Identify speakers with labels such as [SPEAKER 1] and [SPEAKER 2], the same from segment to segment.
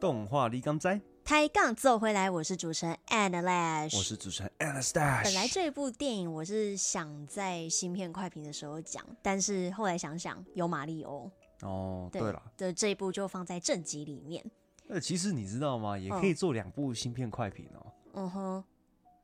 [SPEAKER 1] 动画立刚哉，
[SPEAKER 2] 抬杠揍回来，我是主持人 Anna Lash。
[SPEAKER 1] 我是主持人 Anastash。
[SPEAKER 2] 本来这部电影我是想在新片快评的时候讲，但是后来想想有马里欧，
[SPEAKER 1] 哦，对了，
[SPEAKER 2] 的这一部就放在正集里面。
[SPEAKER 1] 那其实你知道吗？也可以做两部芯片快评哦。
[SPEAKER 2] 嗯哼，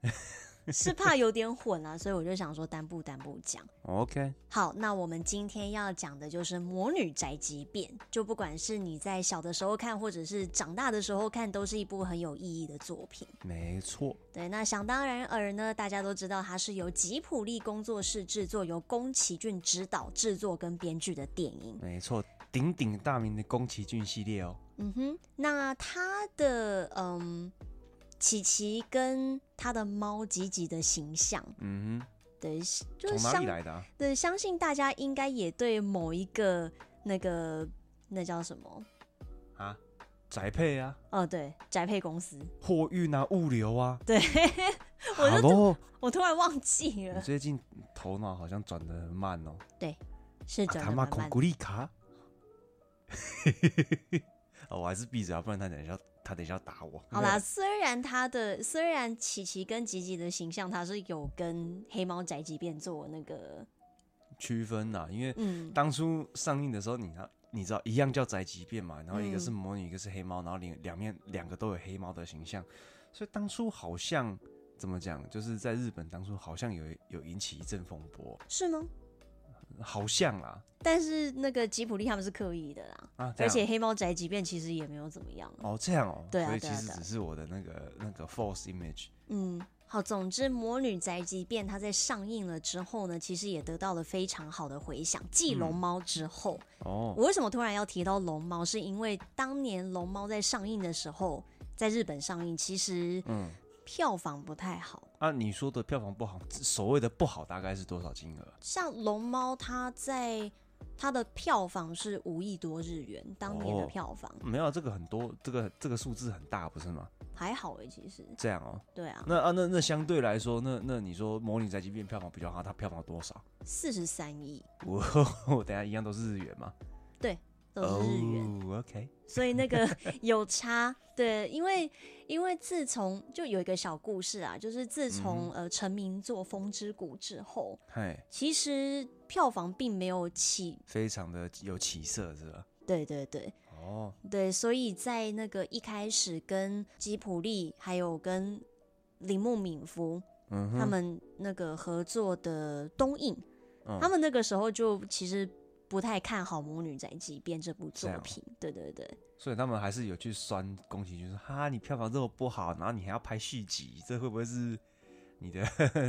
[SPEAKER 2] 是怕有点混啊，所以我就想说单部单部讲。
[SPEAKER 1] OK，
[SPEAKER 2] 好，那我们今天要讲的就是《魔女宅急便》，就不管是你在小的时候看，或者是长大的时候看，都是一部很有意义的作品。
[SPEAKER 1] 没错，
[SPEAKER 2] 对，那想当然尔呢，大家都知道它是由吉普力工作室制作，由宫崎骏执导、制作跟编剧的电影。
[SPEAKER 1] 没错，鼎鼎大名的宫崎骏系列哦。
[SPEAKER 2] 嗯哼，那它的嗯，琪琪跟它的猫吉吉的形象，
[SPEAKER 1] 嗯哼，
[SPEAKER 2] 对，是就是
[SPEAKER 1] 从哪
[SPEAKER 2] 相
[SPEAKER 1] 里来的、啊？
[SPEAKER 2] 对，相信大家应该也对某一个那个那叫什么？
[SPEAKER 1] 啊，宅配啊，
[SPEAKER 2] 哦，对，宅配公司，
[SPEAKER 1] 货运啊，物流啊。
[SPEAKER 2] 对， 我就
[SPEAKER 1] Hello，
[SPEAKER 2] 我突然忘记
[SPEAKER 1] 你
[SPEAKER 2] 了，
[SPEAKER 1] 最近头脑好像转得很慢哦。
[SPEAKER 2] 是
[SPEAKER 1] 啊
[SPEAKER 2] 转
[SPEAKER 1] 他
[SPEAKER 2] 的
[SPEAKER 1] 妈
[SPEAKER 2] 慢
[SPEAKER 1] 孔
[SPEAKER 2] 慢
[SPEAKER 1] 古力卡。 哦，我还是闭嘴啊，不然他等一下他等一下打我。
[SPEAKER 2] 好啦，虽然他的虽然琪琪跟吉吉的形象，他是有跟黑猫宅急便做那个，
[SPEAKER 1] 区分呐、因为
[SPEAKER 2] 嗯，
[SPEAKER 1] 当初上映的时候，你知道你知道一样叫宅急便嘛，然后一个
[SPEAKER 2] 嗯
[SPEAKER 1] 是魔女，一个是黑猫，然后两两面两个都有黑猫的形象，所以当初好像怎么讲，就是在日本当初好像有有引起一阵风波，
[SPEAKER 2] 是吗？
[SPEAKER 1] 好像啦
[SPEAKER 2] 但是那个吉普力他们是刻意的啦，
[SPEAKER 1] 啊，这
[SPEAKER 2] 而
[SPEAKER 1] 样
[SPEAKER 2] 且黑猫宅急便其实也没有怎么样，
[SPEAKER 1] 哦这样哦，
[SPEAKER 2] 对啊
[SPEAKER 1] 所以
[SPEAKER 2] 对
[SPEAKER 1] 其
[SPEAKER 2] 啊
[SPEAKER 1] 实
[SPEAKER 2] 对啊
[SPEAKER 1] 只是我的那个那个 false image，
[SPEAKER 2] 嗯。好，总之，《魔女宅急便》它在上映了之后呢，其实也得到了非常好的回响。继
[SPEAKER 1] 嗯
[SPEAKER 2] 《龙猫》之后，
[SPEAKER 1] 哦，
[SPEAKER 2] 我为什么突然要提到《龙猫》？是因为当年《龙猫》在上映的时候，在日本上映，其实
[SPEAKER 1] 嗯
[SPEAKER 2] 票房不太好。
[SPEAKER 1] 啊，你说的票房不好，所谓的不好大概是多少金额？
[SPEAKER 2] 像《龙猫》，它在它的票房是五亿多日元，当年的
[SPEAKER 1] 哦
[SPEAKER 2] 票房、
[SPEAKER 1] 没有，这个很多，这个这个数字很大，不是吗？
[SPEAKER 2] 还好诶、其实
[SPEAKER 1] 这样哦，
[SPEAKER 2] 对啊，
[SPEAKER 1] 那啊，那那相对来说，那那你说《魔女宅急便》票房比较好，它票房多少？
[SPEAKER 2] 四十三亿
[SPEAKER 1] 我我等一下一样都是日元嘛？
[SPEAKER 2] 都是日元，
[SPEAKER 1] 哦、OK，
[SPEAKER 2] 所以那个 有差。对，因为因为自从就有一个小故事啊，就是自
[SPEAKER 1] 嗯
[SPEAKER 2] 从、呃成名作《风之谷》之后，
[SPEAKER 1] 嗨，
[SPEAKER 2] 其实票房并没有起。
[SPEAKER 1] 非常的有起色，是吧？
[SPEAKER 2] 对对对
[SPEAKER 1] 哦，
[SPEAKER 2] 对，所以在那个一开始跟吉普力还有跟铃木敏夫
[SPEAKER 1] 嗯哼，
[SPEAKER 2] 他们那个合作的东映，
[SPEAKER 1] 嗯
[SPEAKER 2] 他们那个时候就其实不太看好《魔女宅急便》这部作品。对对 对，
[SPEAKER 1] 所以他们还是有去酸宫崎骏，说哈，你票房这么不好，然后你还要拍续集，这会不会是你的？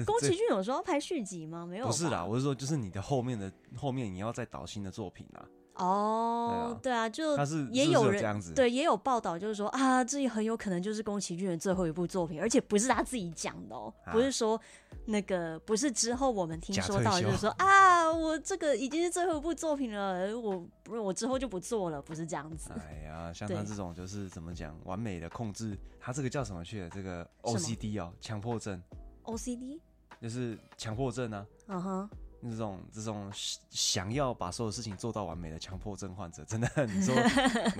[SPEAKER 2] 宫崎骏有说要拍续集吗？ 没有，
[SPEAKER 1] 不是啦，。我是说，就是你的后面的后面你要再导新的作品啊，
[SPEAKER 2] 哦，对啊，就
[SPEAKER 1] 他是
[SPEAKER 2] 也
[SPEAKER 1] 是不是
[SPEAKER 2] 有
[SPEAKER 1] 有
[SPEAKER 2] 人
[SPEAKER 1] 这样子，
[SPEAKER 2] 对，也有报道就是说啊，这很有可能就是宫崎骏的最后一部作品，而且不是他自己讲的哦，
[SPEAKER 1] 啊
[SPEAKER 2] 不是说那个不是之后我们听
[SPEAKER 1] 假
[SPEAKER 2] 说
[SPEAKER 1] 退
[SPEAKER 2] 到的就是
[SPEAKER 1] 休
[SPEAKER 2] 说啊，我这个已经是最后一部作品了，我不我之后就不做了，不是这样子。
[SPEAKER 1] 哎呀，像
[SPEAKER 2] 对
[SPEAKER 1] 他这种就是怎么讲，完美的控制，他这个叫什么去了？这个
[SPEAKER 2] 什么
[SPEAKER 1] OCD 哦，强迫症，
[SPEAKER 2] OCD，
[SPEAKER 1] 就是强迫症啊，
[SPEAKER 2] 嗯哼，
[SPEAKER 1] 这种这种想要把所有事情做到完美的强迫症患者，真的，你 说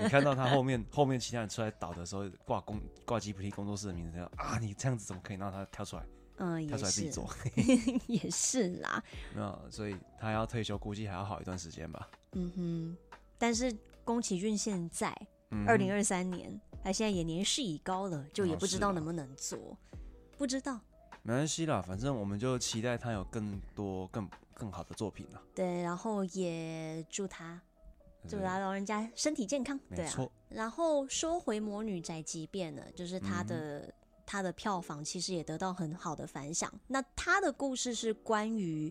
[SPEAKER 1] 你看到他后面后面其他人出来倒的时候，挂工挂吉普力工作室的名字，啊，你这样子怎么可以让他跳出来，
[SPEAKER 2] 嗯，也
[SPEAKER 1] 跳出来自己
[SPEAKER 2] 是，
[SPEAKER 1] 做？
[SPEAKER 2] 也是啦，
[SPEAKER 1] 没有，所以他要退休，估计还要好一段时间吧。
[SPEAKER 2] 嗯哼。但是宫崎骏现在
[SPEAKER 1] 嗯
[SPEAKER 2] 二零二三年，他现在也年事已高了，就也
[SPEAKER 1] 哦
[SPEAKER 2] 不
[SPEAKER 1] 是
[SPEAKER 2] 知道
[SPEAKER 1] 啊
[SPEAKER 2] 能不能做，不知道。
[SPEAKER 1] 没关系啦，反正我们就期待他有更多更更好的作品啊啦。
[SPEAKER 2] 对，然后也祝他
[SPEAKER 1] 就是
[SPEAKER 2] 祝他老人家身体健康，啊
[SPEAKER 1] 嗯
[SPEAKER 2] 对
[SPEAKER 1] 没
[SPEAKER 2] 啊。
[SPEAKER 1] 错，
[SPEAKER 2] 然后说回《魔女宅急便》呢，就是它的、
[SPEAKER 1] 嗯
[SPEAKER 2] 它的票房其实也得到很好的反响。那它的故事是关于。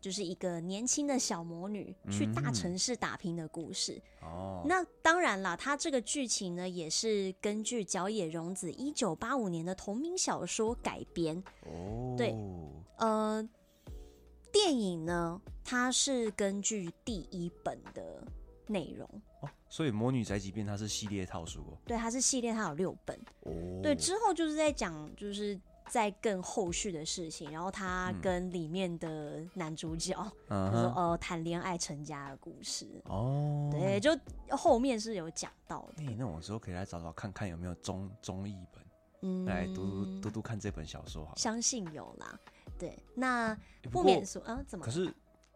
[SPEAKER 2] 就是一个年轻的小魔女去大
[SPEAKER 1] 嗯
[SPEAKER 2] 城市打拼的故事，
[SPEAKER 1] 哦，
[SPEAKER 2] 那当然啦，它这个剧情呢也是根据角野荣子一九八五年的同名小说改编。
[SPEAKER 1] 哦，
[SPEAKER 2] 对呃，电影呢它是根据第一本的内容，
[SPEAKER 1] 哦，所以《魔女宅急便》它是系列套书
[SPEAKER 2] 对，它是系列，它有六本。
[SPEAKER 1] 哦，哦
[SPEAKER 2] 对，之后就是在讲就是在更后续的事情，然后他跟里面的男主角，
[SPEAKER 1] 嗯
[SPEAKER 2] 就是说
[SPEAKER 1] 哼，
[SPEAKER 2] 呃谈恋爱成家的故事，
[SPEAKER 1] 哦，
[SPEAKER 2] 对，就后面是有讲到的，
[SPEAKER 1] 哎、那我之后可以来找找看看有没有中中译本，
[SPEAKER 2] 嗯，
[SPEAKER 1] 来读读读读看这本小说好了。
[SPEAKER 2] 相信有啦，对，那
[SPEAKER 1] 欸不
[SPEAKER 2] 不
[SPEAKER 1] 过
[SPEAKER 2] 免说，啊，怎么
[SPEAKER 1] 可？是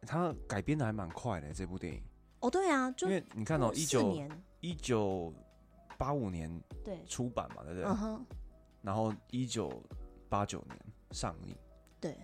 [SPEAKER 1] 它改编的还蛮快的这部电影，
[SPEAKER 2] 哦，对啊，就
[SPEAKER 1] 因为你看哦，一
[SPEAKER 2] 四
[SPEAKER 1] 九
[SPEAKER 2] 年，
[SPEAKER 1] 一九八五年
[SPEAKER 2] 对，
[SPEAKER 1] 出版嘛，对不对？
[SPEAKER 2] 嗯哼，
[SPEAKER 1] 然后一九八九年上映，
[SPEAKER 2] 对，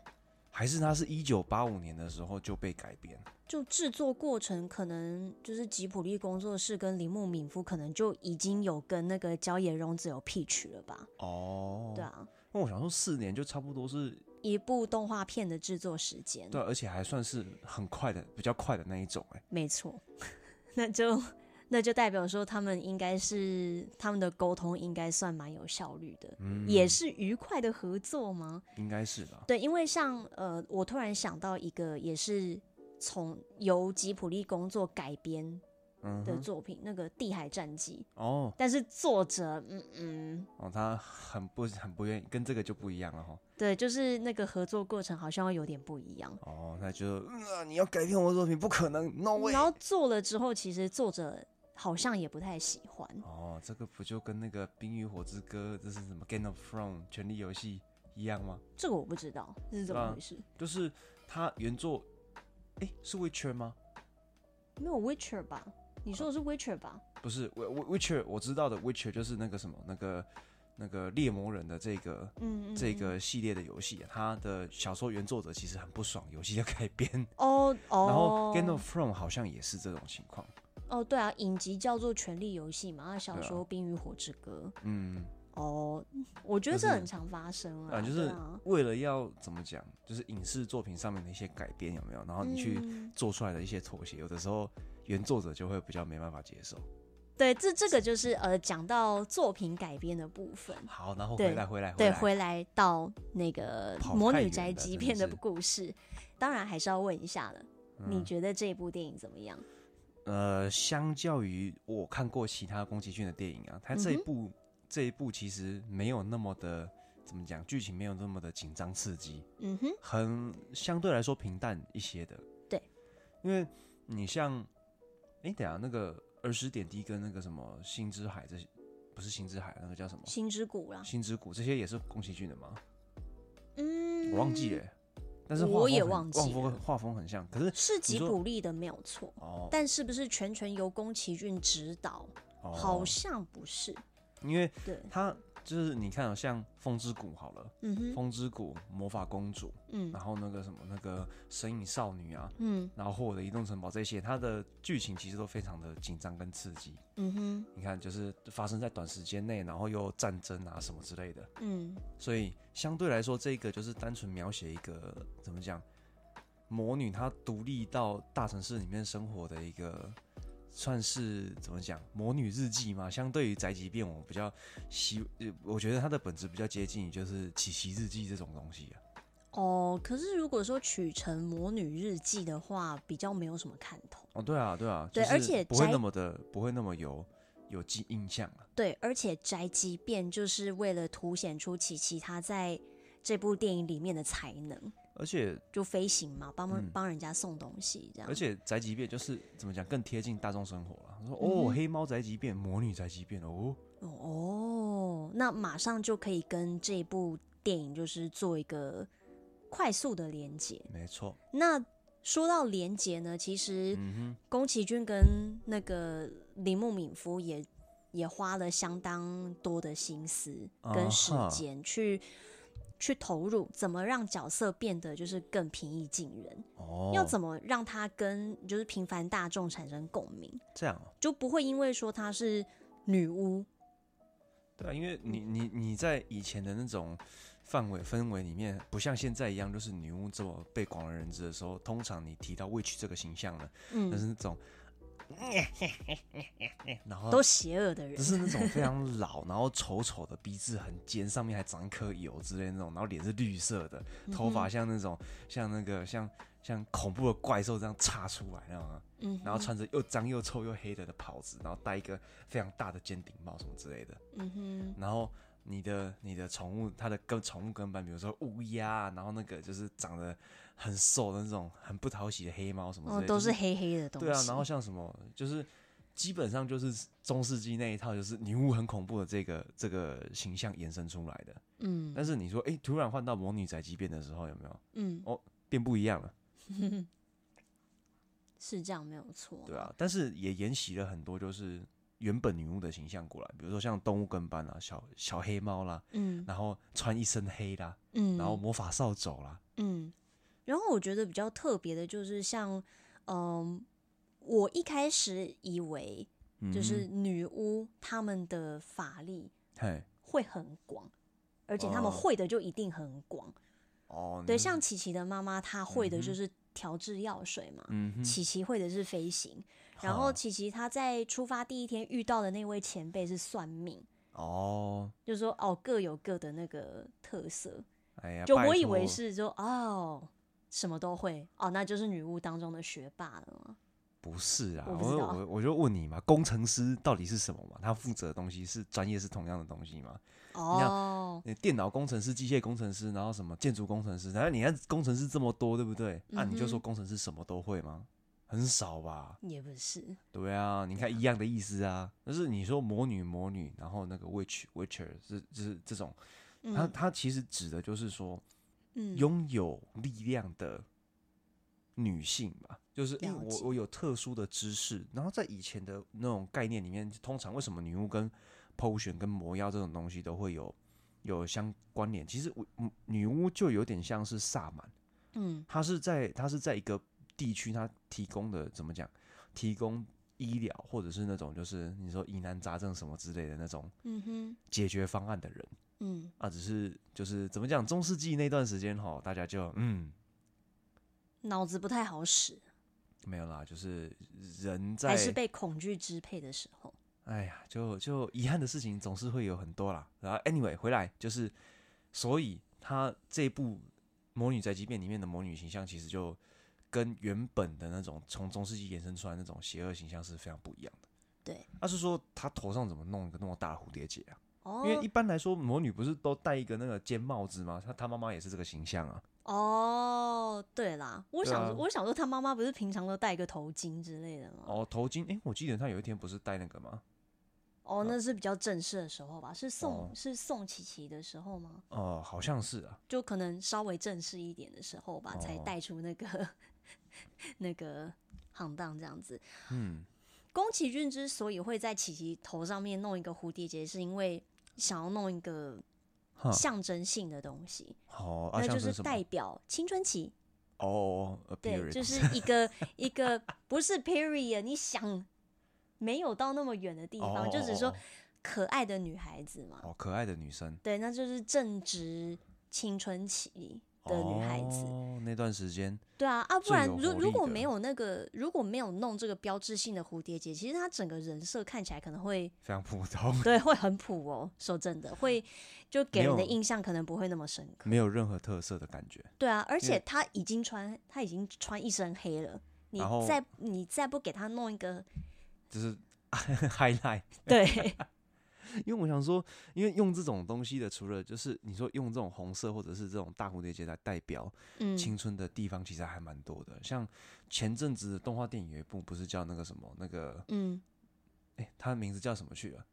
[SPEAKER 1] 还是它是一九八五年的时候就被改编。
[SPEAKER 2] 就制作过程可能就是吉普力工作室跟铃木敏夫可能就已经有跟那个郊野荣子有 pitch 了吧？
[SPEAKER 1] 哦，
[SPEAKER 2] 对。啊，
[SPEAKER 1] 那我想说，四年就差不多是
[SPEAKER 2] 一部动画片的制作时间，
[SPEAKER 1] 对啊，而且还算是很快的，比较快的那一种、哎，
[SPEAKER 2] 没错， 那就那就代表说他们应该是他们的沟通应该算蛮有效率的，
[SPEAKER 1] 嗯，
[SPEAKER 2] 也是愉快的合作吗？
[SPEAKER 1] 应该是吧。
[SPEAKER 2] 对，因为像呃，我突然想到一个也是从由吉普力工作改编
[SPEAKER 1] 嗯
[SPEAKER 2] 的
[SPEAKER 1] 哼，
[SPEAKER 2] 作品，那个《地海战记》，
[SPEAKER 1] 哦
[SPEAKER 2] 但是作者嗯嗯，
[SPEAKER 1] 哦，他很不很不愿意，跟这个就不一样了哈。
[SPEAKER 2] 对，就是那个合作过程好像有点不一样。
[SPEAKER 1] 哦，他就、嗯啊、你要改变我的作品，不可能，no way
[SPEAKER 2] 然。后做了之后，其实作者好像也不太喜欢。
[SPEAKER 1] 哦，这个不就跟那个《冰与火之歌》这是什么《Game of Thrones》权力游戏一样吗？
[SPEAKER 2] 这个我不知道这是怎
[SPEAKER 1] 对啊
[SPEAKER 2] 么回事。
[SPEAKER 1] 就是他原作，哎、是 Witcher 吗？
[SPEAKER 2] 没有 Witcher 吧？你说的是 Witcher 吧？
[SPEAKER 1] 不是，Wi- Wi-，Witcher 我知道的 Witcher 就是那个什么那个那个猎魔人的这个
[SPEAKER 2] 嗯，嗯
[SPEAKER 1] 这
[SPEAKER 2] 嗯
[SPEAKER 1] 个系列的游戏啊，他的小说原作者其实很不爽游戏的改 编，
[SPEAKER 2] 哦哦，
[SPEAKER 1] 然后《Game of Thrones》好像也是这种情况。
[SPEAKER 2] 哦对啊，影集叫做《权力游戏》嘛，那小
[SPEAKER 1] 对啊
[SPEAKER 2] 说《冰与火之歌
[SPEAKER 1] 嗯，》
[SPEAKER 2] 哦，我觉得
[SPEAKER 1] 就
[SPEAKER 2] 这
[SPEAKER 1] 是
[SPEAKER 2] 很常发生
[SPEAKER 1] 啊，就
[SPEAKER 2] 对
[SPEAKER 1] 是
[SPEAKER 2] 啊
[SPEAKER 1] 为了要怎么讲，就是影视作品上面的一些改编有没有？然后你去
[SPEAKER 2] 嗯
[SPEAKER 1] 做出来的一些妥协，有的时候原作者就会比较没办法接受。
[SPEAKER 2] 对这这个就是呃讲到作品改编的部分。
[SPEAKER 1] 好，然后
[SPEAKER 2] 对
[SPEAKER 1] 回来回来
[SPEAKER 2] 对，
[SPEAKER 1] 来，
[SPEAKER 2] 回来到那个
[SPEAKER 1] 跑
[SPEAKER 2] 《魔
[SPEAKER 1] 太
[SPEAKER 2] 女
[SPEAKER 1] 远
[SPEAKER 2] 宅
[SPEAKER 1] 了真
[SPEAKER 2] 急
[SPEAKER 1] 的
[SPEAKER 2] 便》的
[SPEAKER 1] 是
[SPEAKER 2] 故事，当然还是要问一下的，你
[SPEAKER 1] 嗯
[SPEAKER 2] 觉得这部电影怎么样？
[SPEAKER 1] 呃，相较于我看过其他宫崎骏的电影啊，他这一
[SPEAKER 2] 嗯哼
[SPEAKER 1] 部、这一部其实没有那么的怎么讲，剧情没有那么的紧张刺激，
[SPEAKER 2] 嗯哼，
[SPEAKER 1] 很相对来说平淡一些的。
[SPEAKER 2] 对，
[SPEAKER 1] 因为你像，哎、等一下那个儿时点滴跟那个什么星之海这些，不是星之海，那个叫什么
[SPEAKER 2] 《星之谷》啦，
[SPEAKER 1] 星之谷这些也是宫崎骏的吗？
[SPEAKER 2] 嗯，
[SPEAKER 1] 我忘记了、但是
[SPEAKER 2] 我
[SPEAKER 1] 画风
[SPEAKER 2] 也
[SPEAKER 1] 很
[SPEAKER 2] 忘记
[SPEAKER 1] 画风
[SPEAKER 2] 了
[SPEAKER 1] 画风很像，可是
[SPEAKER 2] 是吉
[SPEAKER 1] 说
[SPEAKER 2] 卜力的没有错，
[SPEAKER 1] 哦，
[SPEAKER 2] 但是不是全权由宫崎骏指导？
[SPEAKER 1] 哦
[SPEAKER 2] 好像不是。
[SPEAKER 1] 因为
[SPEAKER 2] 对，
[SPEAKER 1] 他就是你看、哦，像《风之谷》好了，
[SPEAKER 2] 嗯
[SPEAKER 1] 《
[SPEAKER 2] 哼，
[SPEAKER 1] 风啊之谷》魔法公主，
[SPEAKER 2] 嗯
[SPEAKER 1] 然后那个什么那个神隐少女啊，
[SPEAKER 2] 嗯
[SPEAKER 1] 然后霍尔的移动城堡这些，它的剧情其实都非常的紧张跟刺激。
[SPEAKER 2] 嗯哼
[SPEAKER 1] 你看，就是发生在短时间内，然后又战争啊什么之类的，
[SPEAKER 2] 嗯
[SPEAKER 1] 所以相对来说，这个就是单纯描写一个怎么讲，魔女她独立到大城市里面生活的一个，算是怎么讲，魔女日记嘛。相对于宅急便，我比较希，呃我觉得它的本质比较接近于就是奇袭日记这种东西啊。
[SPEAKER 2] 哦，可是如果说取成《魔女日记》的话，比较没有什么看头。
[SPEAKER 1] 哦，对啊，对啊，
[SPEAKER 2] 对
[SPEAKER 1] 就是
[SPEAKER 2] 而且
[SPEAKER 1] 不会
[SPEAKER 2] 宅
[SPEAKER 1] 那么的，不会那么有有记印象啊。
[SPEAKER 2] 对，而且宅急便就是为了凸显出琪琪她在这部电影里面的才能，
[SPEAKER 1] 而且
[SPEAKER 2] 就飞行嘛，帮忙
[SPEAKER 1] 嗯
[SPEAKER 2] 帮人家送东西这样。
[SPEAKER 1] 而且宅急便就是怎么讲，更贴近大众生活了。说
[SPEAKER 2] 嗯
[SPEAKER 1] 哦，
[SPEAKER 2] 哼
[SPEAKER 1] 黑猫宅急便，魔女宅急便哦。
[SPEAKER 2] 哦，那马上就可以跟这部电影就是做一个快速的连接。
[SPEAKER 1] 没错，
[SPEAKER 2] 那说到连接呢，其实
[SPEAKER 1] 嗯
[SPEAKER 2] 宫崎骏跟那个铃木敏夫也也花了相当多的心思跟时
[SPEAKER 1] 啊哈
[SPEAKER 2] 间去、去投入，怎么让角色变得就是更平易近人，
[SPEAKER 1] 哼，哦，
[SPEAKER 2] 要怎么让他跟就是平凡大众产生共鸣，
[SPEAKER 1] 这样、哦？
[SPEAKER 2] 就不会因为说她是女巫，
[SPEAKER 1] 对啊，因为你你你在以前的那种范围氛围里面，不像现在一样，就是女巫这么被广为人知的时候，通常你提到 witch 这个形象呢，那、
[SPEAKER 2] 嗯，
[SPEAKER 1] 是那种，然后
[SPEAKER 2] 都邪恶的
[SPEAKER 1] 就
[SPEAKER 2] 人，
[SPEAKER 1] 是那种非常老，然后丑丑的，鼻子很尖，上面还长一颗油之类的那种，然后脸是绿色的，
[SPEAKER 2] 嗯
[SPEAKER 1] 头发像那种像那个像像恐怖的怪兽这样插出来那种啊，
[SPEAKER 2] 嗯哼，
[SPEAKER 1] 然后穿着又脏又臭又黑的的袍子，然后戴一个非常大的尖顶帽什么之类的。
[SPEAKER 2] 嗯哼，
[SPEAKER 1] 然后你的你的宠物，它的跟宠物跟班，比如说乌鸦，啊然后那个就是长得很瘦的那种很不讨喜的黑猫什么之
[SPEAKER 2] 哦
[SPEAKER 1] 类，的，
[SPEAKER 2] 都
[SPEAKER 1] 就是
[SPEAKER 2] 黑黑的东西。
[SPEAKER 1] 对啊，然后像什么就是基本上就是中世纪那一套，就是女巫很恐怖的这个这个形象延伸出来的。
[SPEAKER 2] 嗯
[SPEAKER 1] 但是你说，哎、突然换到魔女宅急便的时候，有没有
[SPEAKER 2] 嗯，
[SPEAKER 1] 变不一样了？
[SPEAKER 2] 是这样没有错。
[SPEAKER 1] 对啊，但是也沿袭了很多就是原本女巫的形象过来，比如说像动物跟班啦、啊小小黑猫啦，
[SPEAKER 2] 嗯
[SPEAKER 1] 然后穿一身黑啦，
[SPEAKER 2] 嗯，
[SPEAKER 1] 然后魔法扫帚啦，
[SPEAKER 2] 嗯，然后我觉得比较特别的就是像，嗯，我一开始以为
[SPEAKER 1] 嗯
[SPEAKER 2] 就是女巫她们的法力
[SPEAKER 1] 嘿
[SPEAKER 2] 会很广，而且她
[SPEAKER 1] 哦
[SPEAKER 2] 们会的就一定很广。
[SPEAKER 1] 哦，
[SPEAKER 2] 对，
[SPEAKER 1] 你
[SPEAKER 2] 像琪琪的妈妈，她会的
[SPEAKER 1] 嗯哼
[SPEAKER 2] 就是调制药水嘛，
[SPEAKER 1] 嗯哼，
[SPEAKER 2] 琪琪会的是飞行，然后
[SPEAKER 1] 好
[SPEAKER 2] 琪琪她在出发第一天遇到的那位前辈是算命。
[SPEAKER 1] 哦，
[SPEAKER 2] 就是说哦，各有各的那个特色。
[SPEAKER 1] 哎呀，
[SPEAKER 2] 就
[SPEAKER 1] 拜
[SPEAKER 2] 我以
[SPEAKER 1] 托
[SPEAKER 2] 为是说哦，什么都会哦，那就是女巫当中的学霸了嘛。
[SPEAKER 1] 不是啊？
[SPEAKER 2] 我
[SPEAKER 1] 我
[SPEAKER 2] 不知道
[SPEAKER 1] 我我就问你嘛，工程师到底是什么嘛？他负责的东西是专业是同样的东西吗？
[SPEAKER 2] 哦，
[SPEAKER 1] 你电脑工程师、机械工程师，然后什么建筑工程师，然后你看工程师这么多，对不对？那、你就
[SPEAKER 2] 嗯哼
[SPEAKER 1] 说工程师什么都会吗？很少吧？
[SPEAKER 2] 也不是，
[SPEAKER 1] 对啊，你看一样的意思啊，就是你说魔女魔女，然后那个 witch witcher 是就是这种，它
[SPEAKER 2] 嗯
[SPEAKER 1] 它其实指的就是说
[SPEAKER 2] 嗯
[SPEAKER 1] 拥有力量的女性吧，就是因为
[SPEAKER 2] 了
[SPEAKER 1] 我
[SPEAKER 2] 解
[SPEAKER 1] 我有特殊的知识，然后在以前的那种概念里面，通常为什么女巫跟 potion 跟魔药这种东西都会有有相关联？其实我嗯女巫就有点像是萨满。
[SPEAKER 2] 嗯
[SPEAKER 1] 它是在它是在一个地区，它提供的怎么讲？提供医疗或者是那种就是你说疑难杂症什么之类的那种
[SPEAKER 2] 嗯哼
[SPEAKER 1] 解决方案的人
[SPEAKER 2] 嗯，
[SPEAKER 1] 啊，只是就是怎么讲？中世纪那段时间哈，大家就嗯
[SPEAKER 2] 脑子不太好使，
[SPEAKER 1] 没有啦，就是人在
[SPEAKER 2] 还是被恐惧支配的时候。
[SPEAKER 1] 哎呀，就就遗憾的事情总是会有很多啦。然后 anyway 回来就是，所以他这部《魔女宅急便》里面的魔女形象，其实就跟原本的那种从中世纪延伸出来那种邪恶形象是非常不一样的。
[SPEAKER 2] 对，
[SPEAKER 1] 他是说他头上怎么弄一个那么大的蝴蝶结啊？
[SPEAKER 2] 哦
[SPEAKER 1] 因为一般来说，魔女不是都戴一个那个尖帽子吗？她她妈妈也是这个形象啊。
[SPEAKER 2] 哦，对啦，我
[SPEAKER 1] 对
[SPEAKER 2] 想、
[SPEAKER 1] 啊
[SPEAKER 2] 我想说，他妈妈不是平常都戴个头巾之类的吗？哦
[SPEAKER 1] 哦，头巾，诶，我记得她有一天不是戴那个吗？
[SPEAKER 2] 哦那是比较正式的时候吧？是送、
[SPEAKER 1] 嗯哦
[SPEAKER 2] 是送琪琪的时候吗？
[SPEAKER 1] 哦、好像是啊。
[SPEAKER 2] 就可能稍微正式一点的时候吧，才
[SPEAKER 1] 哦
[SPEAKER 2] 带出那个 那个行当这样子。
[SPEAKER 1] 嗯，
[SPEAKER 2] 宫崎骏之所以会在琪琪头上面弄一个蝴蝶结，是因为想要弄一个
[SPEAKER 1] 哈，
[SPEAKER 2] 象征性的东西，
[SPEAKER 1] 好、嗯啊，
[SPEAKER 2] 那
[SPEAKER 1] 像
[SPEAKER 2] 就是
[SPEAKER 1] 什么
[SPEAKER 2] 代表青春期。
[SPEAKER 1] 哦，
[SPEAKER 2] 对，就
[SPEAKER 1] appearance
[SPEAKER 2] 是一个一个不是 period，你想没有到那么远的地
[SPEAKER 1] 哦
[SPEAKER 2] 方，
[SPEAKER 1] 哦
[SPEAKER 2] 就只是
[SPEAKER 1] 哦
[SPEAKER 2] 说
[SPEAKER 1] 哦
[SPEAKER 2] 可爱的女孩子嘛。
[SPEAKER 1] 哦，可爱的女生
[SPEAKER 2] 对，那就是正值青春期的女孩子。
[SPEAKER 1] 哦、那段时间
[SPEAKER 2] 对啊，啊，不
[SPEAKER 1] 最
[SPEAKER 2] 然
[SPEAKER 1] 有
[SPEAKER 2] 如
[SPEAKER 1] 活
[SPEAKER 2] 如
[SPEAKER 1] 力
[SPEAKER 2] 果
[SPEAKER 1] 的
[SPEAKER 2] 没有那个，如果没有弄这个标志性的蝴蝶结，其实他整个人设看起来可能会
[SPEAKER 1] 非常普通，
[SPEAKER 2] 对会很普哦。说真的，会就给
[SPEAKER 1] 没
[SPEAKER 2] 人的
[SPEAKER 1] 有
[SPEAKER 2] 印象可能不会那么深刻。
[SPEAKER 1] 没有任何特色的感觉。
[SPEAKER 2] 对啊，而
[SPEAKER 1] 因
[SPEAKER 2] 且
[SPEAKER 1] 为
[SPEAKER 2] 他已经穿他已经穿一身黑了，你
[SPEAKER 1] 然后
[SPEAKER 2] 再你再不给他弄一 个
[SPEAKER 1] 就是 highlight，
[SPEAKER 2] 对
[SPEAKER 1] 因为我想说，因为用这种东西的，除了就是你说用这种红色或者是这种大蝴蝶结来代表
[SPEAKER 2] 嗯
[SPEAKER 1] 青春的地方，其实还蛮多的。像前阵子的动画电影有一部，不是叫那个什么那个，
[SPEAKER 2] 嗯
[SPEAKER 1] 哎、它的名字叫什么去了？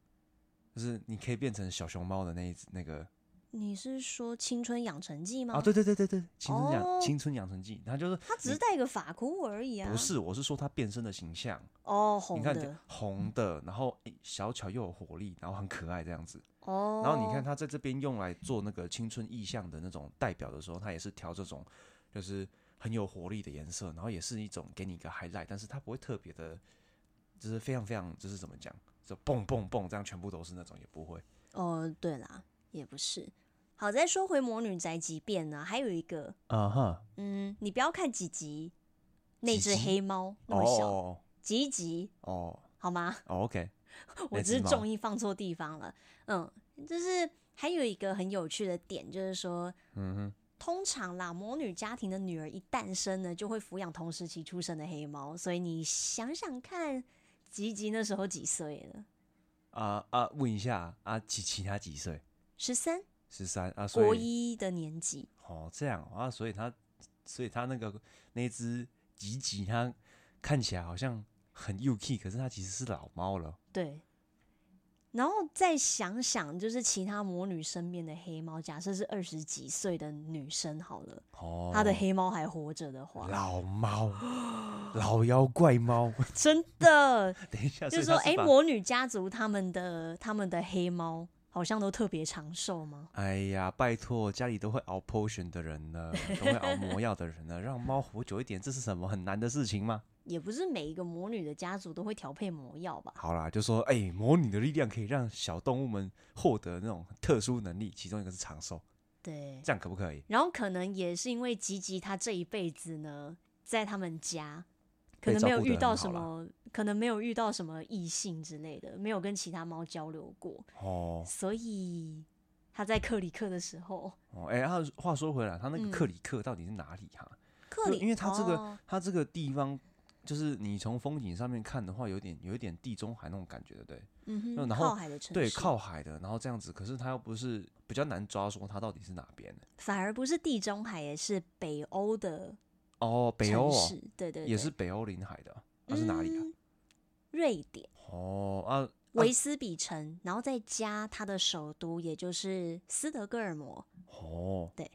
[SPEAKER 1] 就是你可以变成小熊猫的那一只那个
[SPEAKER 2] 你是说青春养成记吗？
[SPEAKER 1] 啊，对对对对对，青春养、
[SPEAKER 2] 哦
[SPEAKER 1] 青春养成记，它就是
[SPEAKER 2] 他只是戴一个发箍而已啊。
[SPEAKER 1] 不是，我是说它变身的形象。
[SPEAKER 2] 哦，红
[SPEAKER 1] 你看这
[SPEAKER 2] 的
[SPEAKER 1] 红的，然后诶小巧又有活力，然后很可爱这样子。
[SPEAKER 2] 哦，
[SPEAKER 1] 然后你看他在这边用来做那个青春意象的那种代表的时候，他也是调这种就是很有活力的颜色，然后也是一种给你一个 highlight，但是它不会特别的，就是非常非常就是怎么讲，就蹦蹦蹦这样全部都是那种也不会。
[SPEAKER 2] 哦，对啦，也不是。好，再说回《魔女宅急便》呢，还有一个，
[SPEAKER 1] 啊哈，
[SPEAKER 2] 嗯，你不要看几集，那
[SPEAKER 1] 几
[SPEAKER 2] 只
[SPEAKER 1] 集
[SPEAKER 2] 黑猫那么小，
[SPEAKER 1] 哦
[SPEAKER 2] 集一集
[SPEAKER 1] 哦
[SPEAKER 2] 好吗？
[SPEAKER 1] 哦，OK，
[SPEAKER 2] 我
[SPEAKER 1] 那
[SPEAKER 2] 只是
[SPEAKER 1] 只猫
[SPEAKER 2] 重音放错地方了。嗯，就是还有一个很有趣的点，就是说，
[SPEAKER 1] 嗯哼，
[SPEAKER 2] 通常啦，魔女家庭的女儿一诞生呢，就会抚养同时期出生的黑猫，所以你想想看，吉吉那时候几岁了？
[SPEAKER 1] 啊啊，问一下啊，琪琪他几岁？
[SPEAKER 2] 十三，
[SPEAKER 1] 十三啊，所
[SPEAKER 2] 国
[SPEAKER 1] 以
[SPEAKER 2] 一的年级，
[SPEAKER 1] 哦这样哦啊，所以他所以他那个那只吉吉，它看起来好像很幼 k 可是它其实是老猫了。
[SPEAKER 2] 对。然后再想想，就是其他魔女身边的黑猫，假设是二十几岁的女生好了，
[SPEAKER 1] 哦，啊
[SPEAKER 2] 她的黑猫还活着的话，
[SPEAKER 1] 老猫，老妖怪猫。
[SPEAKER 2] 真的
[SPEAKER 1] 等一下，
[SPEAKER 2] 就是
[SPEAKER 1] 啊所
[SPEAKER 2] 说，
[SPEAKER 1] 以它
[SPEAKER 2] 哎、
[SPEAKER 1] 是把
[SPEAKER 2] 魔女家族他们的他们的黑猫好像都特别长寿吗？
[SPEAKER 1] 哎呀，拜托，家里都会熬 potion 的人呢，都会熬魔药的人呢，让猫活久一点，这是什么很难的事情吗？
[SPEAKER 2] 也不是每一个魔女的家族都会调配魔药吧？
[SPEAKER 1] 好啦，就说哎、魔女的力量可以让小动物们获得那种特殊能力，其中一个是长寿，
[SPEAKER 2] 对。
[SPEAKER 1] 这样可不可以？
[SPEAKER 2] 然后可能也是因为吉吉他这一辈子呢，在他们家可
[SPEAKER 1] 被
[SPEAKER 2] 能
[SPEAKER 1] 照
[SPEAKER 2] 没有
[SPEAKER 1] 顾得
[SPEAKER 2] 遇到
[SPEAKER 1] 很
[SPEAKER 2] 什
[SPEAKER 1] 好啦
[SPEAKER 2] 么，可能没有遇到什么异性之类的，没有跟其他猫交流过，
[SPEAKER 1] 哦
[SPEAKER 2] 所以他在克里克的时候，
[SPEAKER 1] 哦，哎、啊，话说回来，他那个
[SPEAKER 2] 嗯
[SPEAKER 1] 克里克到底是哪里哈、
[SPEAKER 2] 克里
[SPEAKER 1] 因为他这个、
[SPEAKER 2] 哦
[SPEAKER 1] 他这个地方，就是你从风景上面看的话，有点有一点地中海那种感觉，对不对？
[SPEAKER 2] 嗯哼，
[SPEAKER 1] 然后
[SPEAKER 2] 靠海的城市，
[SPEAKER 1] 对，靠海的，然后这样子，可是它又不是比较难抓，说它到底是哪边的？
[SPEAKER 2] 反而不是地中海，也是北欧的
[SPEAKER 1] 哦，北欧
[SPEAKER 2] 城
[SPEAKER 1] 哦，
[SPEAKER 2] 市，对对对，
[SPEAKER 1] 也是北欧临海的啊，那、是哪里啊？
[SPEAKER 2] 嗯瑞典
[SPEAKER 1] 哦啊，
[SPEAKER 2] 维斯比城，然后再加它的首都，也就是斯德哥尔摩。
[SPEAKER 1] 哦，
[SPEAKER 2] 对，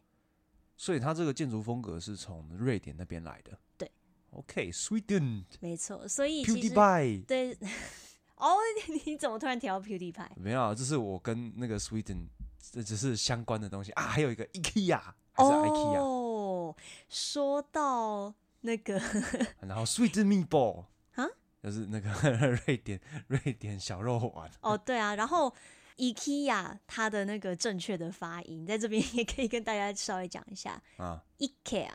[SPEAKER 1] 所以它这个建筑风格是从瑞典那边来的。
[SPEAKER 2] 对
[SPEAKER 1] ，OK，Sweden、
[SPEAKER 2] 没错，所以其实
[SPEAKER 1] PewDiePie，
[SPEAKER 2] 对哦，你怎么突然提到 PewDiePie？
[SPEAKER 1] 没有啊，这是我跟那个 Sweden 这只是相关的东西啊，还有一个 IKEA 还是啊 IKEA，、
[SPEAKER 2] 哦，说到那个
[SPEAKER 1] 然后 Sweden meatball
[SPEAKER 2] 啊，
[SPEAKER 1] 就是那个 瑞典瑞典小肉丸。
[SPEAKER 2] 哦，对啊，然后 IKEA 它的那个正确的发音，在这边也可以跟大家稍微讲一下
[SPEAKER 1] 啊
[SPEAKER 2] IKEA。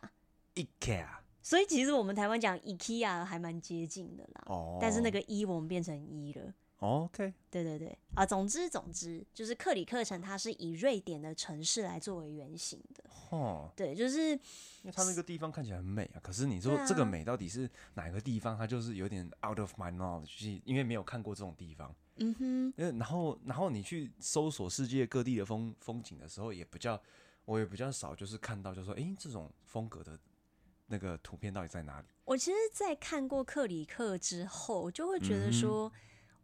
[SPEAKER 1] ，IKEA
[SPEAKER 2] 所以其实我们台湾讲 IKEA 还蛮接近的啦，
[SPEAKER 1] 哦，
[SPEAKER 2] 但是那个一我们变成一了。
[SPEAKER 1] 哦 OK
[SPEAKER 2] 对对对，啊，总之总之，就是克里克城，它是以瑞典的城市来作为原型的。
[SPEAKER 1] 哦，
[SPEAKER 2] 对，就是
[SPEAKER 1] 因为它那个地方看起来很美啊，可是你说
[SPEAKER 2] 对啊
[SPEAKER 1] 这个美到底是哪个地方？它就是有点 out of my knowledge，因为没有看过这种地方。
[SPEAKER 2] 嗯哼，
[SPEAKER 1] 因为然后然后你去搜索世界各地的风风景的时候，也比较我也比较少，就是看到就说，诶，这种风格的那个图片到底在哪里？
[SPEAKER 2] 我其实，在看过克里克之后，我就会觉
[SPEAKER 1] 嗯
[SPEAKER 2] 得说，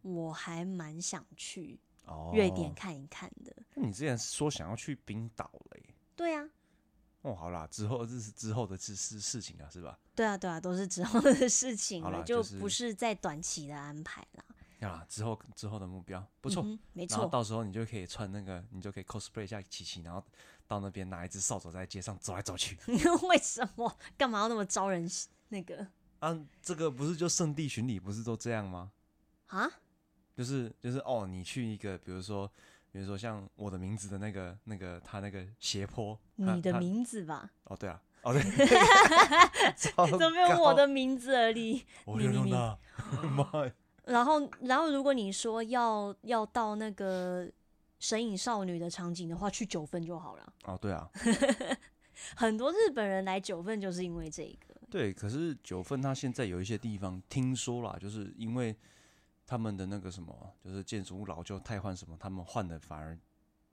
[SPEAKER 2] 我还蛮想去
[SPEAKER 1] 哦，
[SPEAKER 2] 瑞典。看一看的。
[SPEAKER 1] 那你之前说想要去冰岛嘞、
[SPEAKER 2] 对啊，
[SPEAKER 1] 哦，好啦，之后这是之后的事事事情啊，是吧？
[SPEAKER 2] 对啊，对啊，都是之后的事情
[SPEAKER 1] 好
[SPEAKER 2] 了，
[SPEAKER 1] 啦
[SPEAKER 2] 就
[SPEAKER 1] 就是
[SPEAKER 2] 不是在短期的安排啦。嗯
[SPEAKER 1] 啊，之后之后的目标不错。
[SPEAKER 2] 嗯哼没
[SPEAKER 1] 然后
[SPEAKER 2] 错，
[SPEAKER 1] 到时候你就可以穿那个，你就可以 cosplay 一下琪琪，然后到那边拿一只扫帚在街上走来走去。
[SPEAKER 2] 为什么干嘛要那么招人喜那个
[SPEAKER 1] 啊，这个不是就圣地巡礼不是都这样吗？
[SPEAKER 2] 啊？
[SPEAKER 1] 就是就是哦，你去一个，比如说比如说像我的名字的那个那个他那个斜坡，它
[SPEAKER 2] 你的
[SPEAKER 1] 它
[SPEAKER 2] 名字吧，
[SPEAKER 1] 哦对啊哦 对，
[SPEAKER 2] 怎
[SPEAKER 1] 怎
[SPEAKER 2] 么没有我的？名字而已？
[SPEAKER 1] 我
[SPEAKER 2] 你
[SPEAKER 1] 流浪
[SPEAKER 2] 你你
[SPEAKER 1] 了， 妈呀！
[SPEAKER 2] 然后，然后如果你说要要到那个神隐少女的场景的话，去九份就好了。
[SPEAKER 1] 哦对啊，
[SPEAKER 2] 很多日本人来九份就是因为这个，
[SPEAKER 1] 对，可是九份它现在有一些地方听说啦，就是因为他们的那个什么，就是建筑物老旧太换什么，他们换的反而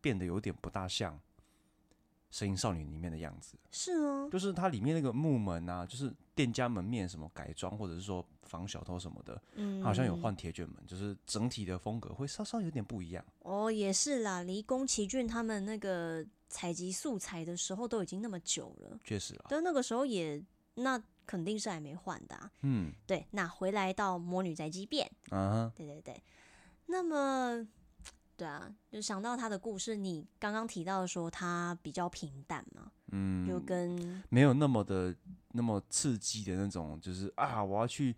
[SPEAKER 1] 变得有点不大像《神隐少女》里面的样子，
[SPEAKER 2] 是 啊，
[SPEAKER 1] 就是它里面那个木门啊，就是店家门面什么改装，或者是说防小偷什么的，
[SPEAKER 2] 嗯，
[SPEAKER 1] 好像有换铁卷门，就是整体的风格会稍稍有点不一样。
[SPEAKER 2] 哦，也是啦。离宫崎骏他们那个采集素材的时候都已经那么久了，
[SPEAKER 1] 确实啦，
[SPEAKER 2] 但那个时候也那肯定是还没换的、啊。
[SPEAKER 1] 嗯
[SPEAKER 2] 对，那回来到《魔女宅急便》，
[SPEAKER 1] 啊哈，
[SPEAKER 2] 对对对。那么，对啊，就想到他的故事，你刚刚提到说他比较平淡嘛，就
[SPEAKER 1] 嗯，
[SPEAKER 2] 跟
[SPEAKER 1] 没有那么的那么刺激的那种，就是啊，我要去，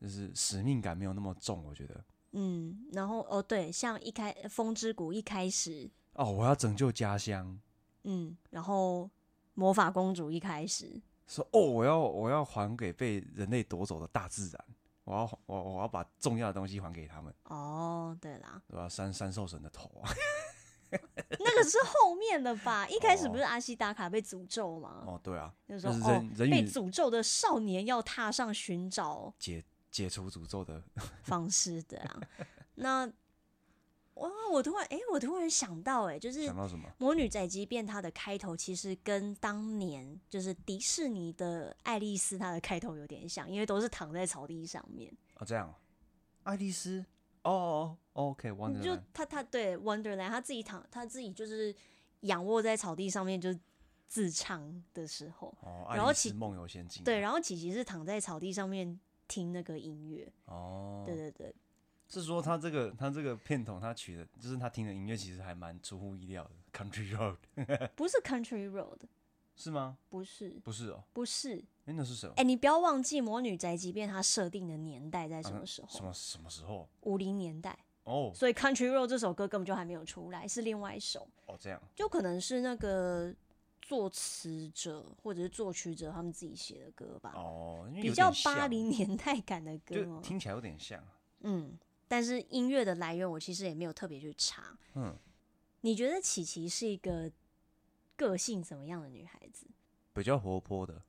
[SPEAKER 1] 就是使命感没有那么重，我觉得。
[SPEAKER 2] 嗯，然后哦对，像一开《风之谷》一开始，
[SPEAKER 1] 哦，我要拯救家乡，
[SPEAKER 2] 嗯，然后魔法公主一开始，
[SPEAKER 1] 说哦，我要我要还给被人类夺走的大自然，我要我我要把重要的东西还给他们，
[SPEAKER 2] 哦，对啦，
[SPEAKER 1] 对吧？三三兽神的头啊，
[SPEAKER 2] 那个是后面的吧？一开始不是阿西达卡被诅咒吗？
[SPEAKER 1] 哦，对啊，
[SPEAKER 2] 就
[SPEAKER 1] 就是
[SPEAKER 2] 说
[SPEAKER 1] 是
[SPEAKER 2] 哦
[SPEAKER 1] 人，人
[SPEAKER 2] 被
[SPEAKER 1] 与
[SPEAKER 2] 诅咒的少年要踏上寻找
[SPEAKER 1] 解解除诅咒的，
[SPEAKER 2] 方式的啊。那哇，我突然哎、我突然想到哎、就是
[SPEAKER 1] 想到什么？
[SPEAKER 2] 《魔女宅急便》它的开头其实跟当年就是迪士尼的《爱丽丝》它的开头有点像，因为都是躺在草地上面，
[SPEAKER 1] 哦，这样哦，爱丽丝，哦哦哦，OK，完
[SPEAKER 2] 你就
[SPEAKER 1] 了，
[SPEAKER 2] 他他对 Wonderland 他自己躺他自己就是仰卧在草地上面就自唱的时候，
[SPEAKER 1] 哦，爱
[SPEAKER 2] 然后
[SPEAKER 1] 丽
[SPEAKER 2] 其
[SPEAKER 1] 丝梦游仙境，
[SPEAKER 2] 对，，然后琪琪是躺在草地上面听那个音乐，
[SPEAKER 1] 哦，
[SPEAKER 2] 对对对，
[SPEAKER 1] 是说他这个他这个片头他取的，就是他听的音乐其实还蛮出乎意料的，Country Road
[SPEAKER 2] 不是 Country Road，
[SPEAKER 1] 是吗？
[SPEAKER 2] 不是
[SPEAKER 1] 不是哦，
[SPEAKER 2] 不是，
[SPEAKER 1] 哎，那是什么
[SPEAKER 2] 哎、？你不要忘记《魔女宅急便》它设定的年代在
[SPEAKER 1] 啊
[SPEAKER 2] 什
[SPEAKER 1] 那
[SPEAKER 2] 么时
[SPEAKER 1] 什
[SPEAKER 2] 候？
[SPEAKER 1] 么什么时候？
[SPEAKER 2] 五零年代。
[SPEAKER 1] 哦
[SPEAKER 2] 所以《Country Road》这首歌根本就还没有出来，是另外一首，
[SPEAKER 1] 哦，这样
[SPEAKER 2] 就可能是那个作词者或者是作曲者他们自己写的歌吧，
[SPEAKER 1] 哦，因为
[SPEAKER 2] 比
[SPEAKER 1] 有
[SPEAKER 2] 较
[SPEAKER 1] 点像
[SPEAKER 2] 八零年代感的歌
[SPEAKER 1] 就
[SPEAKER 2] 哦。
[SPEAKER 1] 听起来有点像，
[SPEAKER 2] 嗯，但是音乐的来源我其实也没有特别去查。
[SPEAKER 1] 嗯，
[SPEAKER 2] 你觉得琪琪是一个个性怎么样的女孩子？
[SPEAKER 1] 比较活泼的，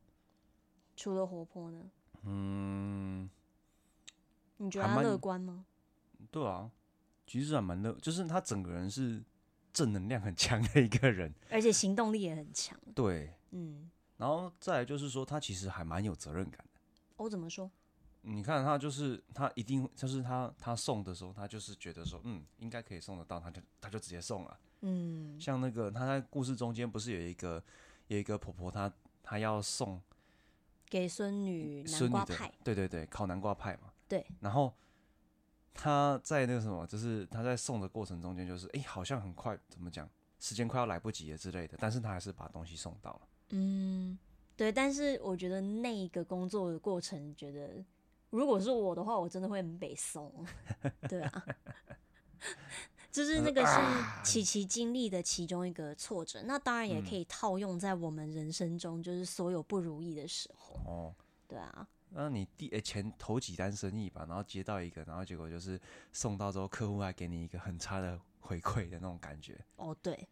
[SPEAKER 2] 除了活泼呢？
[SPEAKER 1] 嗯，
[SPEAKER 2] 你觉得
[SPEAKER 1] 还
[SPEAKER 2] 她
[SPEAKER 1] 蛮
[SPEAKER 2] 乐观吗？
[SPEAKER 1] 对啊，其实还蛮乐，就是他整个人是正能量很强的一个人，
[SPEAKER 2] 而且行动力也很强。
[SPEAKER 1] 对，
[SPEAKER 2] 嗯，
[SPEAKER 1] 然后再来就是说他其实还蛮有责任感的。
[SPEAKER 2] 我怎么说？
[SPEAKER 1] 你看他就是他一定就是他他送的时候，他就是觉得说，嗯，应该可以送得到，他就他就直接送了。
[SPEAKER 2] 嗯，
[SPEAKER 1] 像那个他在故事中间不是有一个有一个婆婆她，她要送
[SPEAKER 2] 给孙女南
[SPEAKER 1] 嗯孙女
[SPEAKER 2] 瓜
[SPEAKER 1] 的
[SPEAKER 2] 派，，
[SPEAKER 1] 对对对，烤南瓜派嘛。
[SPEAKER 2] 对。
[SPEAKER 1] 然后她在那个什么，就是她在送的过程中间，就是哎、诶好像很快，怎么讲，时间快要来不及了之类的，但是她还是把东西送到了。
[SPEAKER 2] 嗯，对，但是我觉得那一个工作的过程，觉得如果是我的话，我真的会很北宋， 对啊，就是那
[SPEAKER 1] 嗯
[SPEAKER 2] 个是
[SPEAKER 1] 啊
[SPEAKER 2] 琪琪经历的其中一个挫折，那当然也
[SPEAKER 1] 嗯
[SPEAKER 2] 可以套用在我们人生中，就是所有不如意的时候，
[SPEAKER 1] 哦，
[SPEAKER 2] 对啊，
[SPEAKER 1] 那你第、诶前头几单生意吧，然后接到一个，然后结果就是送到之后，客户还给你一个很差的回馈的那种感觉。
[SPEAKER 2] 哦对。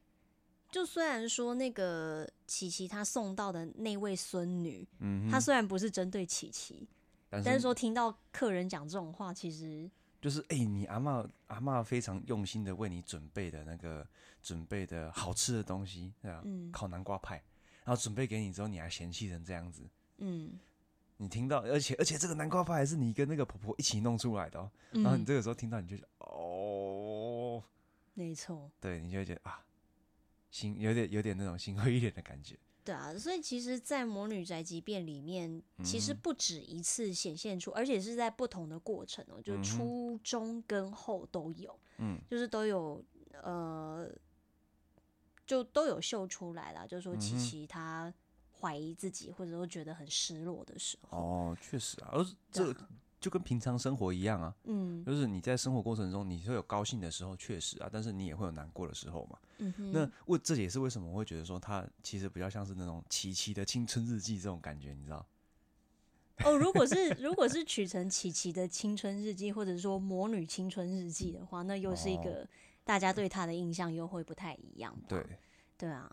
[SPEAKER 2] 就虽然说那个琪琪她送到的那位孙女，
[SPEAKER 1] 嗯
[SPEAKER 2] 她
[SPEAKER 1] 哼，
[SPEAKER 2] 虽然不是针对琪琪，
[SPEAKER 1] 但
[SPEAKER 2] 但是说听到客人讲这种话，其实
[SPEAKER 1] 就是哎、诶你阿嬷阿嬷非常用心的为你准备的那个准备的好吃的东西，对吧、
[SPEAKER 2] 嗯
[SPEAKER 1] 烤南瓜派，然后准备给你之后，你还嫌弃成这样子，
[SPEAKER 2] 嗯
[SPEAKER 1] 你听到，而且而且这个南瓜派还是你跟那个婆婆一起弄出来的哦，然后你
[SPEAKER 2] 嗯，
[SPEAKER 1] 这个时候听到，你就觉得哦，
[SPEAKER 2] 没错。
[SPEAKER 1] 对，你就会觉得啊，心有点有点那种心灰意冷的感觉。
[SPEAKER 2] 对啊，所以其实，在《魔女宅急便》里面，其实
[SPEAKER 1] 嗯
[SPEAKER 2] 不止一次显现出，而且是在不同的过程哦、
[SPEAKER 1] 嗯
[SPEAKER 2] 就
[SPEAKER 1] 哼
[SPEAKER 2] 是初中跟后都有，
[SPEAKER 1] 嗯
[SPEAKER 2] 就是都有呃，就都有秀出来啦，就是说
[SPEAKER 1] 嗯
[SPEAKER 2] 琪
[SPEAKER 1] 哼
[SPEAKER 2] 琪她怀疑自己，或者说觉得很失落的时候，
[SPEAKER 1] 哦，确实啊，而这
[SPEAKER 2] 对啊
[SPEAKER 1] 就跟平常生活一样啊，
[SPEAKER 2] 嗯
[SPEAKER 1] 就是你在生活过程中，你会有高兴的时候，确实啊，但是你也会有难过的时候嘛。
[SPEAKER 2] 嗯哼，
[SPEAKER 1] 那我这也是为什么我会觉得说，它其实比较像是那种琪琪的青春日记这种感觉，你知道？
[SPEAKER 2] 哦，如果是如果是取成琪琪的青春日记，或者说魔女青春日记的话，那又是一
[SPEAKER 1] 哦
[SPEAKER 2] 个大家对她的印象又会不太一样吧，
[SPEAKER 1] 对，
[SPEAKER 2] 对啊。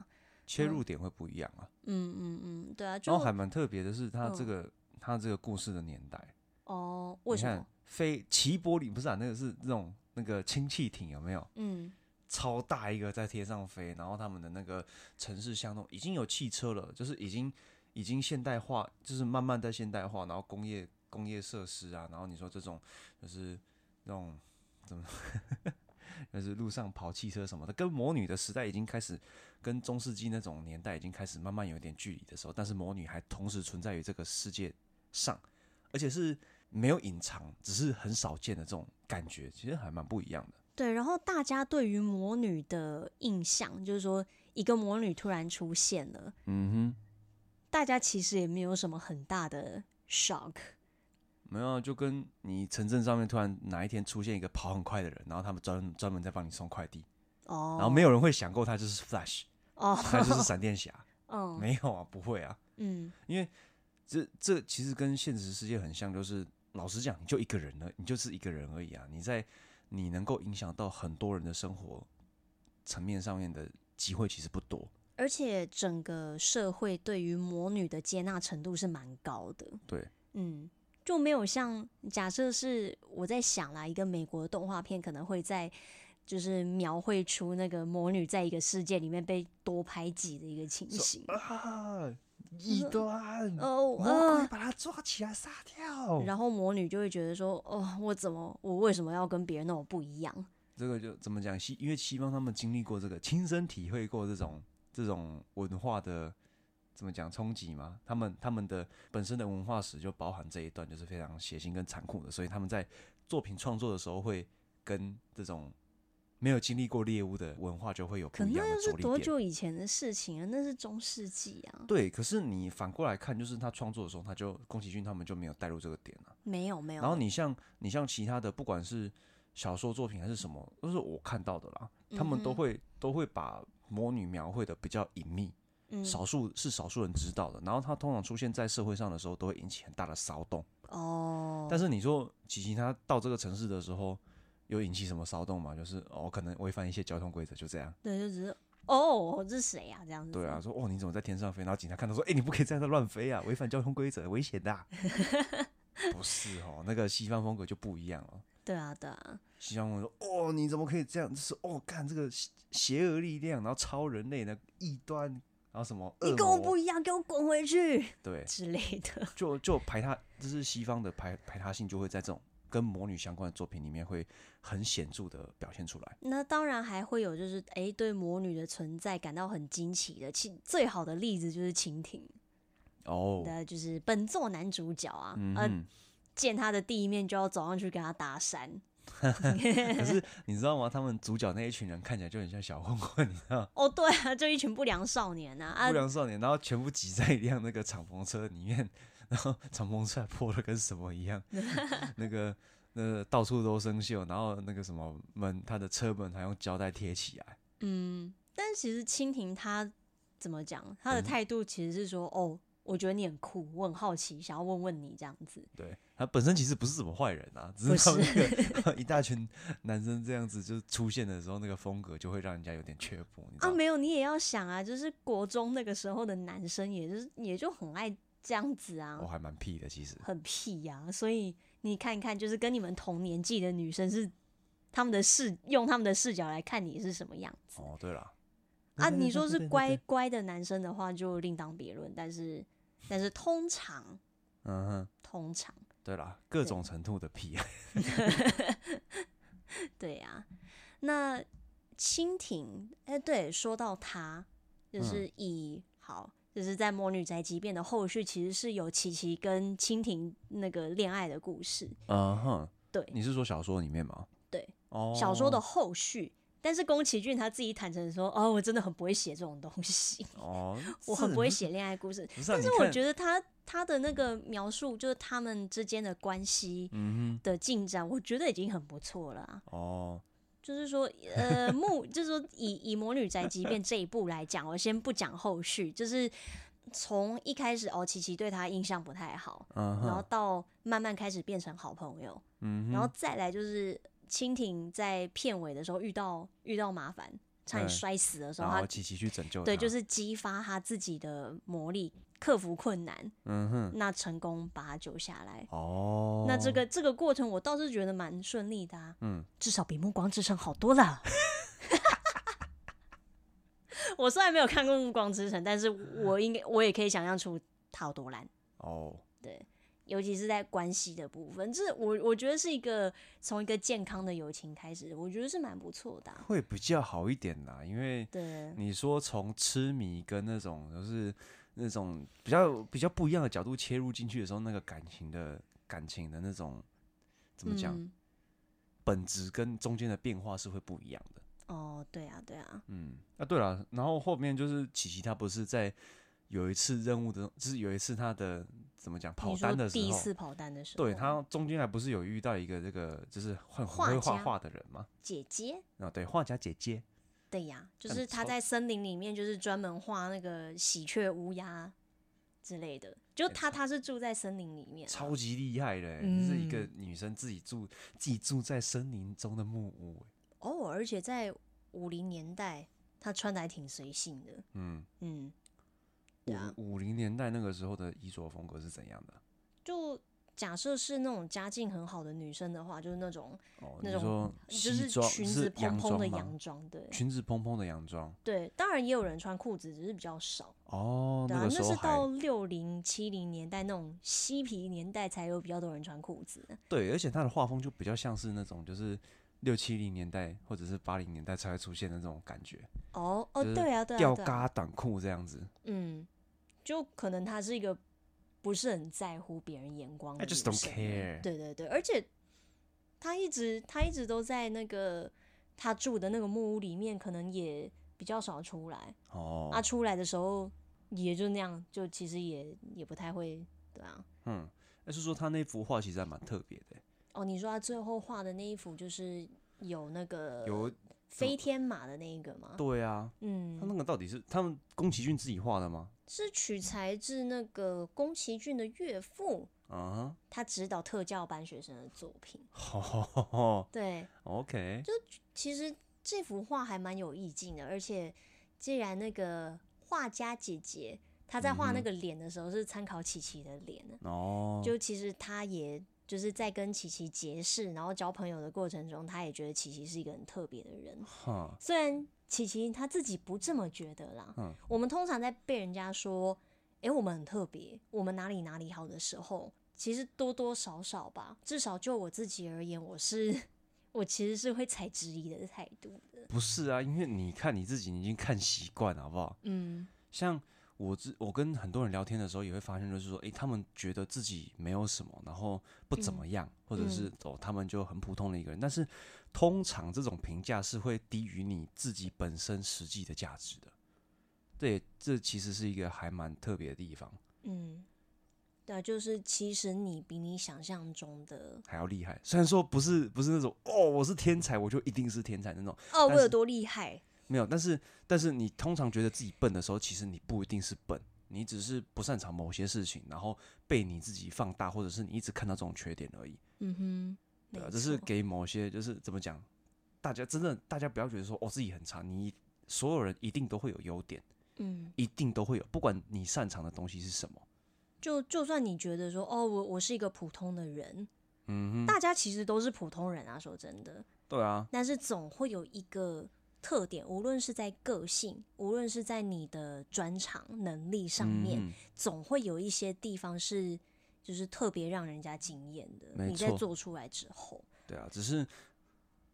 [SPEAKER 1] 切
[SPEAKER 2] 嗯
[SPEAKER 1] 入点会不一样啊。
[SPEAKER 2] 嗯嗯嗯，对啊，就
[SPEAKER 1] 然后还蛮特别的是，它这
[SPEAKER 2] 嗯
[SPEAKER 1] 个、它这个故事的年代，
[SPEAKER 2] 哦，
[SPEAKER 1] 你
[SPEAKER 2] 为什
[SPEAKER 1] 看
[SPEAKER 2] 么？
[SPEAKER 1] 飞齐柏林不是啊，那个是那种那个氢气艇有没有？
[SPEAKER 2] 嗯
[SPEAKER 1] 超大一个在天上飞，然后他们的那个城市巷弄已经有汽车了，就是已经已经现代化，就是慢慢在现代化，然后工业工业设施啊，然后你说这种就是那种怎么， 就是路上跑汽车什么的，跟魔女的时代已经开始，跟中世纪那种年代已经开始慢慢有一点距离的时候，但是魔女还同时存在于这个世界上，而且是没有隐藏，只是很少见的这种感觉，其实还蛮不一样的。
[SPEAKER 2] 对，然后大家对于魔女的印象就是说，一个魔女突然出现了，
[SPEAKER 1] 嗯哼。
[SPEAKER 2] 大家其实也没有什么很大的 shock。
[SPEAKER 1] 没有啊，就跟你城镇上面突然哪一天出现一个跑很快的人，然后他们专专门在帮你送快递，
[SPEAKER 2] 哦，
[SPEAKER 1] 然后没有人会想过他就是 Flash，
[SPEAKER 2] 哦，
[SPEAKER 1] 他就是闪电侠，
[SPEAKER 2] 嗯
[SPEAKER 1] 没有啊，不会啊，
[SPEAKER 2] 嗯
[SPEAKER 1] 因为这这其实跟现实世界很像，就是老实讲，你就一个人了，你就是一个人而已啊，你在你能够影响到很多人的生活层面上面的机会其实不多，
[SPEAKER 2] 而且整个社会对于魔女的接纳程度是蛮高的。
[SPEAKER 1] 对，
[SPEAKER 2] 嗯，就没有像假设是我在想啦，一个美国动画片可能会在就是描绘出那个魔女在一个世界里面被多排挤的一个情形。
[SPEAKER 1] 啊，异端，
[SPEAKER 2] 哦
[SPEAKER 1] 魔
[SPEAKER 2] 啊
[SPEAKER 1] 鬼！把他抓起来杀掉。
[SPEAKER 2] 然后魔女就会觉得说，哦，我怎么，我为什么要跟别人那么不一样？
[SPEAKER 1] 这个就怎么讲？西因为西方他们经历过这个，亲身体会过这种这种文化的怎么讲冲击嘛？他们他们的本身的文化史就包含这一段，就是非常血腥跟残酷的，所以他们在作品创作的时候会跟这种没有经历过猎物的文化就会有不
[SPEAKER 2] 可
[SPEAKER 1] 一样的
[SPEAKER 2] 那又
[SPEAKER 1] 着
[SPEAKER 2] 是多
[SPEAKER 1] 力点。
[SPEAKER 2] 久以前的事情了？啊那是中世纪啊，
[SPEAKER 1] 对，可是你反过来看，就是他创作的时候，他就宫崎骏他们就没有带入这个点啊。
[SPEAKER 2] 没有没有。
[SPEAKER 1] 然后你像你像其他的，不管是小说作品还是什么，都是我看到的啦，他们都
[SPEAKER 2] 嗯哼
[SPEAKER 1] 会都会把魔女描绘的比较隐秘，
[SPEAKER 2] 嗯
[SPEAKER 1] 少数是少数人知道的。然后它通常出现在社会上的时候，都会引起很大的骚动。
[SPEAKER 2] 哦，
[SPEAKER 1] 但是你说琪琪她到这个城市的时候，有引起什么骚动吗？就是哦，可能违反一些交通规则，就这样。
[SPEAKER 2] 对，就只是哦，这是谁呀、啊？这样子。
[SPEAKER 1] 对啊，，说哦你怎么在天上飞？然后警察看到说，哎、你不可以在那乱飞啊，违反交通规则，危险的 啊、不是哦，那个西方风格就不一样哦。
[SPEAKER 2] 对啊，对啊，
[SPEAKER 1] 西方人说：“哦，你怎么可以这样？就是哦，干这个邪邪恶力量，然后超人类的异端，然后什么
[SPEAKER 2] 你
[SPEAKER 1] 恶
[SPEAKER 2] 跟我
[SPEAKER 1] 魔
[SPEAKER 2] 不一样，给我滚回去
[SPEAKER 1] 对，
[SPEAKER 2] 之类的。
[SPEAKER 1] 就就排他，就是西方的排排他性就会在这种跟魔女相关的作品里面会很显著的表现出来。
[SPEAKER 2] 那当然还会有，就是哎、诶对魔女的存在感到很惊奇的。其最好的例子就是蜻蜓
[SPEAKER 1] 哦，
[SPEAKER 2] 的，就是本作男主角啊，
[SPEAKER 1] 嗯
[SPEAKER 2] 呃，
[SPEAKER 1] 哼，
[SPEAKER 2] 见他的第一面就要走上去跟他搭讪。呃
[SPEAKER 1] 可是你知道吗？他们主角那一群人看起来就很像小混混，你知道吗，
[SPEAKER 2] 哦，对啊，就一群不良少年呐啊
[SPEAKER 1] 不，良少年，然后全部挤在一辆那个敞篷车里面，然后敞篷车还破的跟什么一 样，那个那个到处都生锈，然后那个什么门，他的车门还用胶带贴起来。
[SPEAKER 2] 嗯，但其实蜻蜓他怎么讲，他的
[SPEAKER 1] 嗯
[SPEAKER 2] 态度其实是说，哦，我觉得你很酷，我很好奇，想要问问你这样子。
[SPEAKER 1] 对他本身其实不是什么坏人啊，只
[SPEAKER 2] 不
[SPEAKER 1] 是他们那个 一大群男生这样子就是出现的时候，那个风格就会让人家有点却步，你知
[SPEAKER 2] 啊，
[SPEAKER 1] 道吗？
[SPEAKER 2] 没有，你也要想啊，就是国中那个时候的男生，也就是也就很爱这样子
[SPEAKER 1] 我
[SPEAKER 2] 啊，
[SPEAKER 1] 还蛮屁的，其实
[SPEAKER 2] 很屁呀、所以你看一看，就是跟你们同年纪的女生是他们的视用他们的视角来看你是什么样子
[SPEAKER 1] 哦，对啦，
[SPEAKER 2] 啊。
[SPEAKER 1] 对对
[SPEAKER 2] 你
[SPEAKER 1] 对
[SPEAKER 2] 说
[SPEAKER 1] 对
[SPEAKER 2] 是
[SPEAKER 1] 对对
[SPEAKER 2] 乖
[SPEAKER 1] 对
[SPEAKER 2] 乖的男生的话，就另当别论。但是但是通常
[SPEAKER 1] 嗯哼，
[SPEAKER 2] 通常
[SPEAKER 1] 对啦，各
[SPEAKER 2] 对
[SPEAKER 1] 种程度的屁，啊
[SPEAKER 2] 对啊，那蜻蜓哎、对，说到他
[SPEAKER 1] 嗯
[SPEAKER 2] 就是以、好。就是在《魔女宅急便》的后续，其实是有琪琪跟蜻蜓那个恋爱的故事。
[SPEAKER 1] 嗯哼，
[SPEAKER 2] 对
[SPEAKER 1] 你是说小说里面吗？
[SPEAKER 2] 对，
[SPEAKER 1] 哦，
[SPEAKER 2] 小说的后续，但是宫崎骏他自己坦诚地说：“哦，我真的很不会写这种东西，
[SPEAKER 1] 哦，
[SPEAKER 2] 我
[SPEAKER 1] 是
[SPEAKER 2] 很不会
[SPEAKER 1] 是
[SPEAKER 2] 写恋爱故事。”
[SPEAKER 1] 不是啊，
[SPEAKER 2] 但
[SPEAKER 1] 你
[SPEAKER 2] 是我
[SPEAKER 1] 看
[SPEAKER 2] 觉得他他的那个描述，就是他们之间的关系
[SPEAKER 1] 嗯
[SPEAKER 2] 的进展，我觉得已经很不错了啊。
[SPEAKER 1] 哼，哦，
[SPEAKER 2] 就是说，呃，木就是说以以《魔女宅急便》这一部来讲，我先不讲后续，就是从一开始哦，琪琪对他印象不太好，
[SPEAKER 1] 嗯
[SPEAKER 2] 然后
[SPEAKER 1] 哼，
[SPEAKER 2] 到慢慢开始变成好朋友，
[SPEAKER 1] 嗯哼，
[SPEAKER 2] 然后再来就是蜻蜓在片尾的时候遇到遇到麻烦，差点
[SPEAKER 1] 嗯
[SPEAKER 2] 摔死的时候，
[SPEAKER 1] 然后
[SPEAKER 2] 他
[SPEAKER 1] 琪琪去拯救他，
[SPEAKER 2] 对就是激发他自己的魔力，克服困难，
[SPEAKER 1] 嗯哼，
[SPEAKER 2] 那成功把他救下来。
[SPEAKER 1] 哦，
[SPEAKER 2] 那这个这个过程，我倒是觉得蛮顺利的、啊，
[SPEAKER 1] 嗯，
[SPEAKER 2] 至少比《暮光之城》好多了。 我虽然没有看过《暮光之城》，但是我应该我也可以想象出它有多烂，
[SPEAKER 1] 哦，
[SPEAKER 2] 尤其是在关系的部分，这我我觉得是一个从一个健康的友情开始，我觉得是蛮不错的啊、
[SPEAKER 1] 会比较好一点啦，因为
[SPEAKER 2] 对，
[SPEAKER 1] 你说从痴迷跟那种就是那种比较比较不一样的角度切入进去的时候，那个感情的感情的那种怎么讲，
[SPEAKER 2] 嗯
[SPEAKER 1] 本质跟中间的变化是会不一样的。
[SPEAKER 2] 哦，对啊，对啊，
[SPEAKER 1] 嗯，啊对了，然后后面就是琪琪她不是在有一次任务的，就是有一次她的怎么讲跑
[SPEAKER 2] 你
[SPEAKER 1] 单
[SPEAKER 2] 说
[SPEAKER 1] 的时
[SPEAKER 2] 第一
[SPEAKER 1] 候，
[SPEAKER 2] 次哦跑单的时候，
[SPEAKER 1] 对她中间还不是有遇到一个这个就是很很
[SPEAKER 2] 画
[SPEAKER 1] 会画
[SPEAKER 2] 家
[SPEAKER 1] 画的人吗？
[SPEAKER 2] 姐姐，
[SPEAKER 1] 啊，对，画家姐姐，
[SPEAKER 2] 对呀、就
[SPEAKER 1] 很
[SPEAKER 2] 是他
[SPEAKER 1] 臭
[SPEAKER 2] 在森林里面，就是专门画那个喜鹊、乌鸦之类的。就
[SPEAKER 1] 没
[SPEAKER 2] 他，
[SPEAKER 1] 错
[SPEAKER 2] 他是住在森林里面啊、
[SPEAKER 1] 超级厉害的欸、就是一个
[SPEAKER 2] 嗯
[SPEAKER 1] 女生自己住自己住在森林中的木屋欸、
[SPEAKER 2] 哦，而且在五零年代，他穿的还挺随性的。
[SPEAKER 1] 嗯，
[SPEAKER 2] 嗯，对啊
[SPEAKER 1] 五五零年代那个时候的衣着风格是怎样的？
[SPEAKER 2] 就假设是那种家境很好的女生的话，就是那种
[SPEAKER 1] 哦，
[SPEAKER 2] 那
[SPEAKER 1] 你
[SPEAKER 2] 种
[SPEAKER 1] 说
[SPEAKER 2] 就
[SPEAKER 1] 西
[SPEAKER 2] 是
[SPEAKER 1] 装
[SPEAKER 2] 裙子蓬
[SPEAKER 1] 洋
[SPEAKER 2] 蓬的
[SPEAKER 1] 装吗？
[SPEAKER 2] 洋装，对
[SPEAKER 1] 裙子蓬蓬的洋装
[SPEAKER 2] 对。当然也有人穿裤子，只是比较少。
[SPEAKER 1] 哦，
[SPEAKER 2] 对
[SPEAKER 1] 那
[SPEAKER 2] 啊，
[SPEAKER 1] 个时
[SPEAKER 2] 那
[SPEAKER 1] 候
[SPEAKER 2] 是
[SPEAKER 1] 还
[SPEAKER 2] 到六零七零年代那种嬉皮年代才有比较多人穿裤子。
[SPEAKER 1] 对，而且他的画风就比较像是那种就是六七零年代或者是八零年代才会出现的那种感觉，
[SPEAKER 2] 哦哦，
[SPEAKER 1] 就是
[SPEAKER 2] 对啊，对啊，
[SPEAKER 1] 吊
[SPEAKER 2] 对啊，
[SPEAKER 1] 嘎短裤这样子。
[SPEAKER 2] 嗯，就可能他是一个不是很在乎别人眼光的
[SPEAKER 1] I
[SPEAKER 2] 女
[SPEAKER 1] just
[SPEAKER 2] 生。啊
[SPEAKER 1] don't care。
[SPEAKER 2] 对对对，而且他一直他一直都在那个他住的那个木屋里面，可能也比较少出来。
[SPEAKER 1] 哦，
[SPEAKER 2] 啊，出来的时候也就那样，就其实也也不太会，对啊。
[SPEAKER 1] 嗯，那是说他那幅画其实还蛮特别的欸，
[SPEAKER 2] 哦，你说他最后画的那一幅就是有那个
[SPEAKER 1] 有
[SPEAKER 2] 飞天马的那一个吗？
[SPEAKER 1] 对啊，他
[SPEAKER 2] 嗯，
[SPEAKER 1] 那个到底是他们宫崎骏自己画的吗？
[SPEAKER 2] 是取材自那个宫崎骏的岳父，
[SPEAKER 1] 啊，
[SPEAKER 2] 他指导特教班学生的作品。
[SPEAKER 1] 好好好好
[SPEAKER 2] 对，
[SPEAKER 1] 哦，OK，
[SPEAKER 2] 其实这幅画还蛮有意境的，而且既然那个画家姐姐她在画那个脸的时候是参考琪琪的脸呢，
[SPEAKER 1] 哦，
[SPEAKER 2] 就其实她也就是在跟琪琪结识，然后交朋友的过程中，她也觉得琪琪是一个很特别的人。
[SPEAKER 1] 哈，
[SPEAKER 2] 虽然琪琪她自己不这么觉得啦，
[SPEAKER 1] 嗯
[SPEAKER 2] 我们通常在被人家说“诶，我们很特别，我们哪里哪里好”的时候，其实多多少少吧，至少就我自己而言，我是 我其实是会采质疑的态度的。
[SPEAKER 1] 不是啊，因为你看你自己你已经看习惯了，好不好？
[SPEAKER 2] 嗯，
[SPEAKER 1] 像我之我跟很多人聊天的时候，也会发现，就是说，诶，他们觉得自己没有什么，然后不怎么样，或者是哦，他们就很普通的一个人。但是通常这种评价是会低于你自己本身实际的价值的。对，这其实是一个还蛮特别的地方，
[SPEAKER 2] 嗯，对啊，就是其实你比你想象中的
[SPEAKER 1] 还要厉害。虽然说不是不是那种哦，我是天才，我就一定是天才那种，
[SPEAKER 2] 哦，
[SPEAKER 1] 但
[SPEAKER 2] 我有
[SPEAKER 1] 是
[SPEAKER 2] 多厉害，
[SPEAKER 1] 没有。但是但是你通常觉得自己笨的时候，其实你不一定是笨，你只是不擅长某些事情，然后被你自己放大，或者是你一直看到这种缺点而已。
[SPEAKER 2] 嗯哼，
[SPEAKER 1] 对啊，
[SPEAKER 2] 没
[SPEAKER 1] 这是
[SPEAKER 2] 错
[SPEAKER 1] 给某些就是怎么讲，大家真的大家不要觉得说哦自己很差，你所有人一定都会有优点，
[SPEAKER 2] 嗯，
[SPEAKER 1] 一定都会有，不管你擅长的东西是什么。
[SPEAKER 2] 就就算你觉得说哦，我我是一个普通的人，
[SPEAKER 1] 嗯哼，
[SPEAKER 2] 大家其实都是普通人啊，说真的，
[SPEAKER 1] 对啊，
[SPEAKER 2] 但是总会有一个特点，无论是在个性，无论是在你的专长能力上面，
[SPEAKER 1] 嗯
[SPEAKER 2] 总会有一些地方是就是特别让人家惊艳的。
[SPEAKER 1] 没
[SPEAKER 2] 你在
[SPEAKER 1] 错
[SPEAKER 2] 做出来之后，
[SPEAKER 1] 哼对啊，只是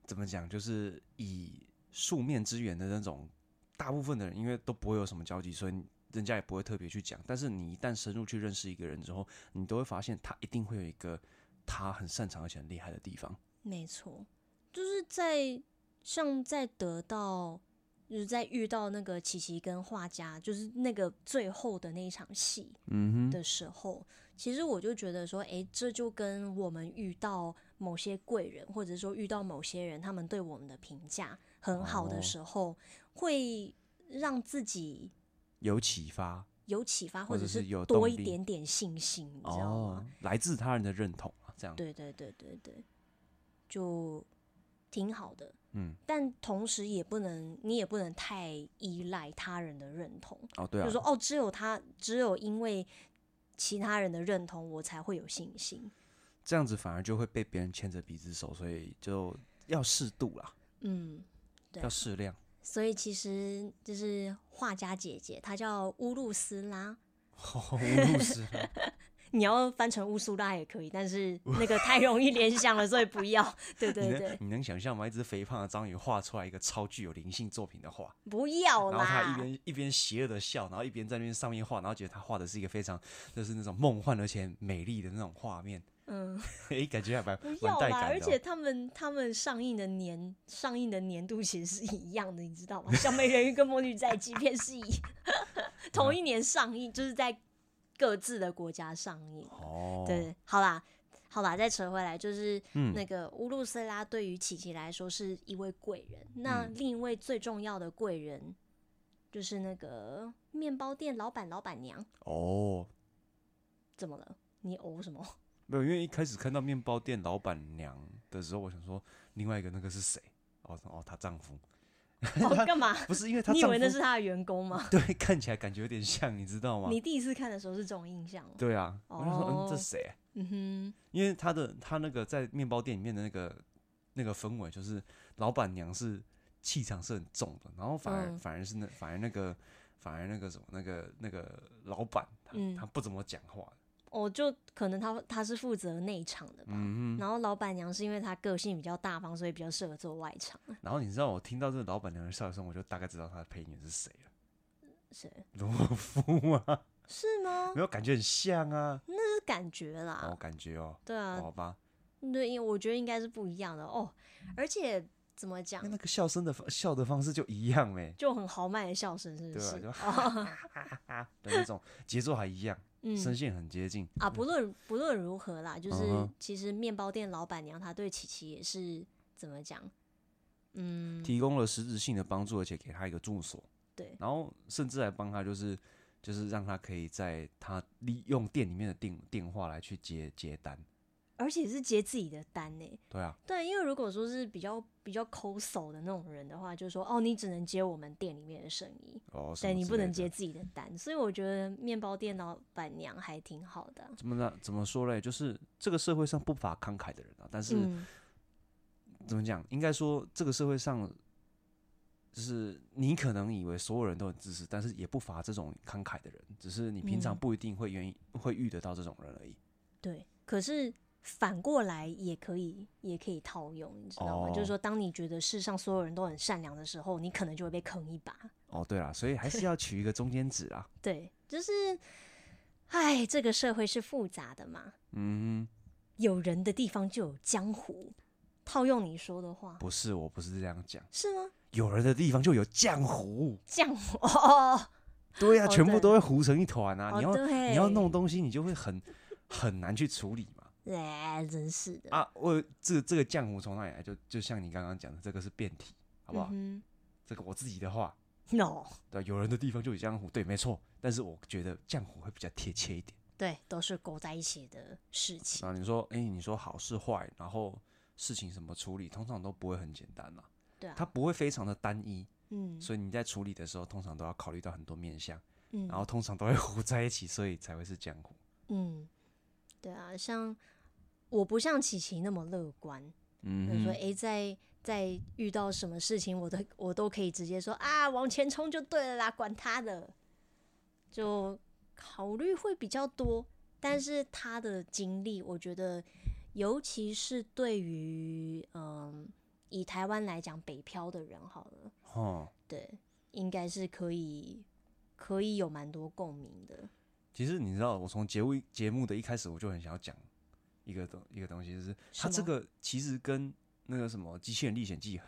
[SPEAKER 1] 怎么讲，就是以素面之缘的那种，大部分的人因为都不会有什么交集，所以人家也不会特别去讲。但是你一旦深入去认识一个人之后，你都会发现他一定会有一个他很擅长而且很厉害的地方。
[SPEAKER 2] 没错，就是在像在得到。就是在遇到那个琪琪跟画家，就是那个最后的那一场戏，
[SPEAKER 1] 嗯哼，
[SPEAKER 2] 的时候，其实我就觉得说，诶，这就跟我们遇到某些贵人，或者说遇到某些人，他们对我们的评价很好的
[SPEAKER 1] 哦
[SPEAKER 2] 时候，会让自己
[SPEAKER 1] 有启发。
[SPEAKER 2] 有启发，或
[SPEAKER 1] 或
[SPEAKER 2] 者
[SPEAKER 1] 者是有
[SPEAKER 2] 多
[SPEAKER 1] 动
[SPEAKER 2] 一
[SPEAKER 1] 力
[SPEAKER 2] 点点信心，你知道
[SPEAKER 1] 哦
[SPEAKER 2] 吗？，
[SPEAKER 1] 来自他人的认同啊，这样。
[SPEAKER 2] 对对对对对，就挺好的。
[SPEAKER 1] 嗯，
[SPEAKER 2] 但同时也不能，你也不能太依赖他人的认同，
[SPEAKER 1] 哦，对啊
[SPEAKER 2] 就，说哦，只有他，只有因为其他人的认同，我才会有信心。
[SPEAKER 1] 这样子反而就会被别人牵着鼻子走，所以就要适度啦，
[SPEAKER 2] 嗯，对
[SPEAKER 1] 要适 量。
[SPEAKER 2] 所以其实就是画家姐姐，她叫乌露斯拉。
[SPEAKER 1] 哦，乌鲁斯拉，
[SPEAKER 2] 你要翻成乌苏拉也可以，但是那个太容易联想了，所以不要。对
[SPEAKER 1] 你
[SPEAKER 2] 对
[SPEAKER 1] 能
[SPEAKER 2] 对，
[SPEAKER 1] 你能想象吗？一只肥胖的章鱼画出来一个超具有灵性作品的画，
[SPEAKER 2] 不要
[SPEAKER 1] 然后他一
[SPEAKER 2] 啦。
[SPEAKER 1] 边一边邪恶的笑，然后一边在那边上面画，然后觉得他画的是一个非常就是那种梦幻而且美丽的那种画面，
[SPEAKER 2] 嗯，
[SPEAKER 1] 诶，感觉还蛮
[SPEAKER 2] 不
[SPEAKER 1] 蛮
[SPEAKER 2] 要
[SPEAKER 1] 带
[SPEAKER 2] 啦。
[SPEAKER 1] 感
[SPEAKER 2] 而
[SPEAKER 1] 的哦、
[SPEAKER 2] 且他们他们上映的年上映的年度其实是一样的，你知道吗？小美人鱼跟魔女宅急便是一 同一年上映，就是在各自的国家上映。
[SPEAKER 1] 哦，
[SPEAKER 2] 对，好啦，好啦，再扯回来，就是
[SPEAKER 1] 嗯
[SPEAKER 2] 那个乌鲁斯拉对于琪琪来说是一位贵人，那
[SPEAKER 1] 嗯
[SPEAKER 2] 另一位最重要的贵人就是那个面包店老板老板娘，
[SPEAKER 1] 哦，
[SPEAKER 2] 怎么了？你哦什么？
[SPEAKER 1] 没有，因为一开始看到面包店老板娘的时候，我想说另外一个那个是谁？哦哦，她丈夫
[SPEAKER 2] 哦， 干嘛？
[SPEAKER 1] 不是因为 她
[SPEAKER 2] 你以
[SPEAKER 1] 丈夫
[SPEAKER 2] 为那是他的员工吗？
[SPEAKER 1] 对，看起来感觉有点像，你知道吗？
[SPEAKER 2] 你第一次看的时候是这种印象吗？
[SPEAKER 1] 对啊，我就说嗯，
[SPEAKER 2] 哦
[SPEAKER 1] 这谁？
[SPEAKER 2] 嗯
[SPEAKER 1] 因为他的他那个在面包店里面的那个那个氛围，就是老板娘是气场是很重的，然后反而、
[SPEAKER 2] 嗯
[SPEAKER 1] 反而是那反而那个反而那个什么那个那个老板他、
[SPEAKER 2] 嗯
[SPEAKER 1] 他不怎么讲话，
[SPEAKER 2] 哼，哦，就可能他他是负责内场的吧。
[SPEAKER 1] 嗯
[SPEAKER 2] 然后老板娘是因为她个性比较大方，所以比较适合做外场。
[SPEAKER 1] 哼，然后你知道我听到这个老板娘的笑声，我就大概知道她的配音员是谁了，
[SPEAKER 2] 是
[SPEAKER 1] 罗夫啊，
[SPEAKER 2] 是吗？
[SPEAKER 1] 没有感觉很像啊，
[SPEAKER 2] 那是感觉啦。
[SPEAKER 1] 哦，感觉哦，
[SPEAKER 2] 对啊
[SPEAKER 1] 哦，好吧，
[SPEAKER 2] 对，因为我觉得应该是不一样的哦。而且怎么讲
[SPEAKER 1] 那，那个笑声的方笑的方式就一样没、
[SPEAKER 2] 就很豪迈的笑声，是不
[SPEAKER 1] 对吧、
[SPEAKER 2] 是？
[SPEAKER 1] 就哈哈哈哈的那种节奏还一样，声
[SPEAKER 2] 嗯
[SPEAKER 1] 线很接近，
[SPEAKER 2] 啊，不论不论如何啦，就
[SPEAKER 1] 嗯
[SPEAKER 2] 是
[SPEAKER 1] 哼
[SPEAKER 2] 其实面包店老板娘她对琪琪也是怎么讲，嗯，
[SPEAKER 1] 提供了实质性的帮助，而且给他一个住所，
[SPEAKER 2] 对，
[SPEAKER 1] 然后甚至还帮他就是就是让他可以在他利用店里面的电电话来去接接单，
[SPEAKER 2] 而且是接自己的单呢。
[SPEAKER 1] 对啊，
[SPEAKER 2] 对，因为如果说是比较比较抠手的那种人的话，就是说哦，你只能接我们店里面的生意，
[SPEAKER 1] 哦，什
[SPEAKER 2] 对
[SPEAKER 1] 么
[SPEAKER 2] 你
[SPEAKER 1] 之
[SPEAKER 2] 不
[SPEAKER 1] 类
[SPEAKER 2] 能
[SPEAKER 1] 的
[SPEAKER 2] 接。自己的单，所以我觉得面包店老板娘还挺好的啊。
[SPEAKER 1] 怎么呢？怎么说嘞？就是这个社会上不乏慷慨的人啊，但是、
[SPEAKER 2] 嗯，
[SPEAKER 1] 怎么讲？应该说这个社会上，就是你可能以为所有人都很自私，但是也不乏这种慷慨的人，只是你平常
[SPEAKER 2] 嗯
[SPEAKER 1] 不一定会愿意、会遇得到这种人而已。
[SPEAKER 2] 对，可是反过来也可以，也可以套用，你知道吗？就
[SPEAKER 1] 哦
[SPEAKER 2] 是说，当你觉得世上所有人都很善良的时候，你可能就会被坑一把。
[SPEAKER 1] 哦，对啦，所以还是要取一个中间值啊啦。
[SPEAKER 2] 对，就是，哎，这个社会是复杂的嘛，
[SPEAKER 1] 嗯
[SPEAKER 2] 有人的地方就有江湖。套用你说的话
[SPEAKER 1] 哼，，不是，我不是这样讲。
[SPEAKER 2] 是吗？
[SPEAKER 1] 有人的地方就有浆糊，
[SPEAKER 2] 江湖哦，
[SPEAKER 1] 对呀、
[SPEAKER 2] 哦
[SPEAKER 1] 全部
[SPEAKER 2] 对
[SPEAKER 1] 都会糊成一团啊！
[SPEAKER 2] 哦
[SPEAKER 1] 你要
[SPEAKER 2] 对
[SPEAKER 1] 你要弄东西，你就会很很难去处理嘛。
[SPEAKER 2] 哎，真是的，
[SPEAKER 1] 啊，我这这个浆糊从哪里来？就就像你刚刚讲的，这个是变体，好不好？
[SPEAKER 2] 嗯
[SPEAKER 1] 这个我自己的话，
[SPEAKER 2] 哼？No，
[SPEAKER 1] 对，有人的地方就有浆糊，对，没错。但是我觉得浆糊会比较贴切一点。
[SPEAKER 2] 对，都是勾在一起的事情。
[SPEAKER 1] 啊，你说，哎、你说好是坏，然后事情怎么处理，通常都不会很简单啦、
[SPEAKER 2] 对啊
[SPEAKER 1] 它不会非常的单一，
[SPEAKER 2] 嗯，
[SPEAKER 1] 所以你在处理的时候，通常都要考虑到很多面向，
[SPEAKER 2] 嗯
[SPEAKER 1] 然后通常都会糊在一起，所以才会是浆糊。
[SPEAKER 2] 嗯，对啊，像我不像琪琪那么乐观，
[SPEAKER 1] 嗯
[SPEAKER 2] 就是
[SPEAKER 1] 哼
[SPEAKER 2] 说，诶，在在遇到什么事情，我都我都可以直接说啊，往前冲就对了啦，管他的，就考虑会比较多。但是他的经历，我觉得，尤其是对于嗯，以台湾来讲，北漂的人好了，
[SPEAKER 1] 哦，
[SPEAKER 2] 对，应该是可以可以有蛮多共鸣的。
[SPEAKER 1] 其实你知道，我从节目节目的一开始，我就很想要讲一个东一个东西，就是它
[SPEAKER 2] 什
[SPEAKER 1] 这
[SPEAKER 2] 么
[SPEAKER 1] 个其实跟那个什么《机器人历险记》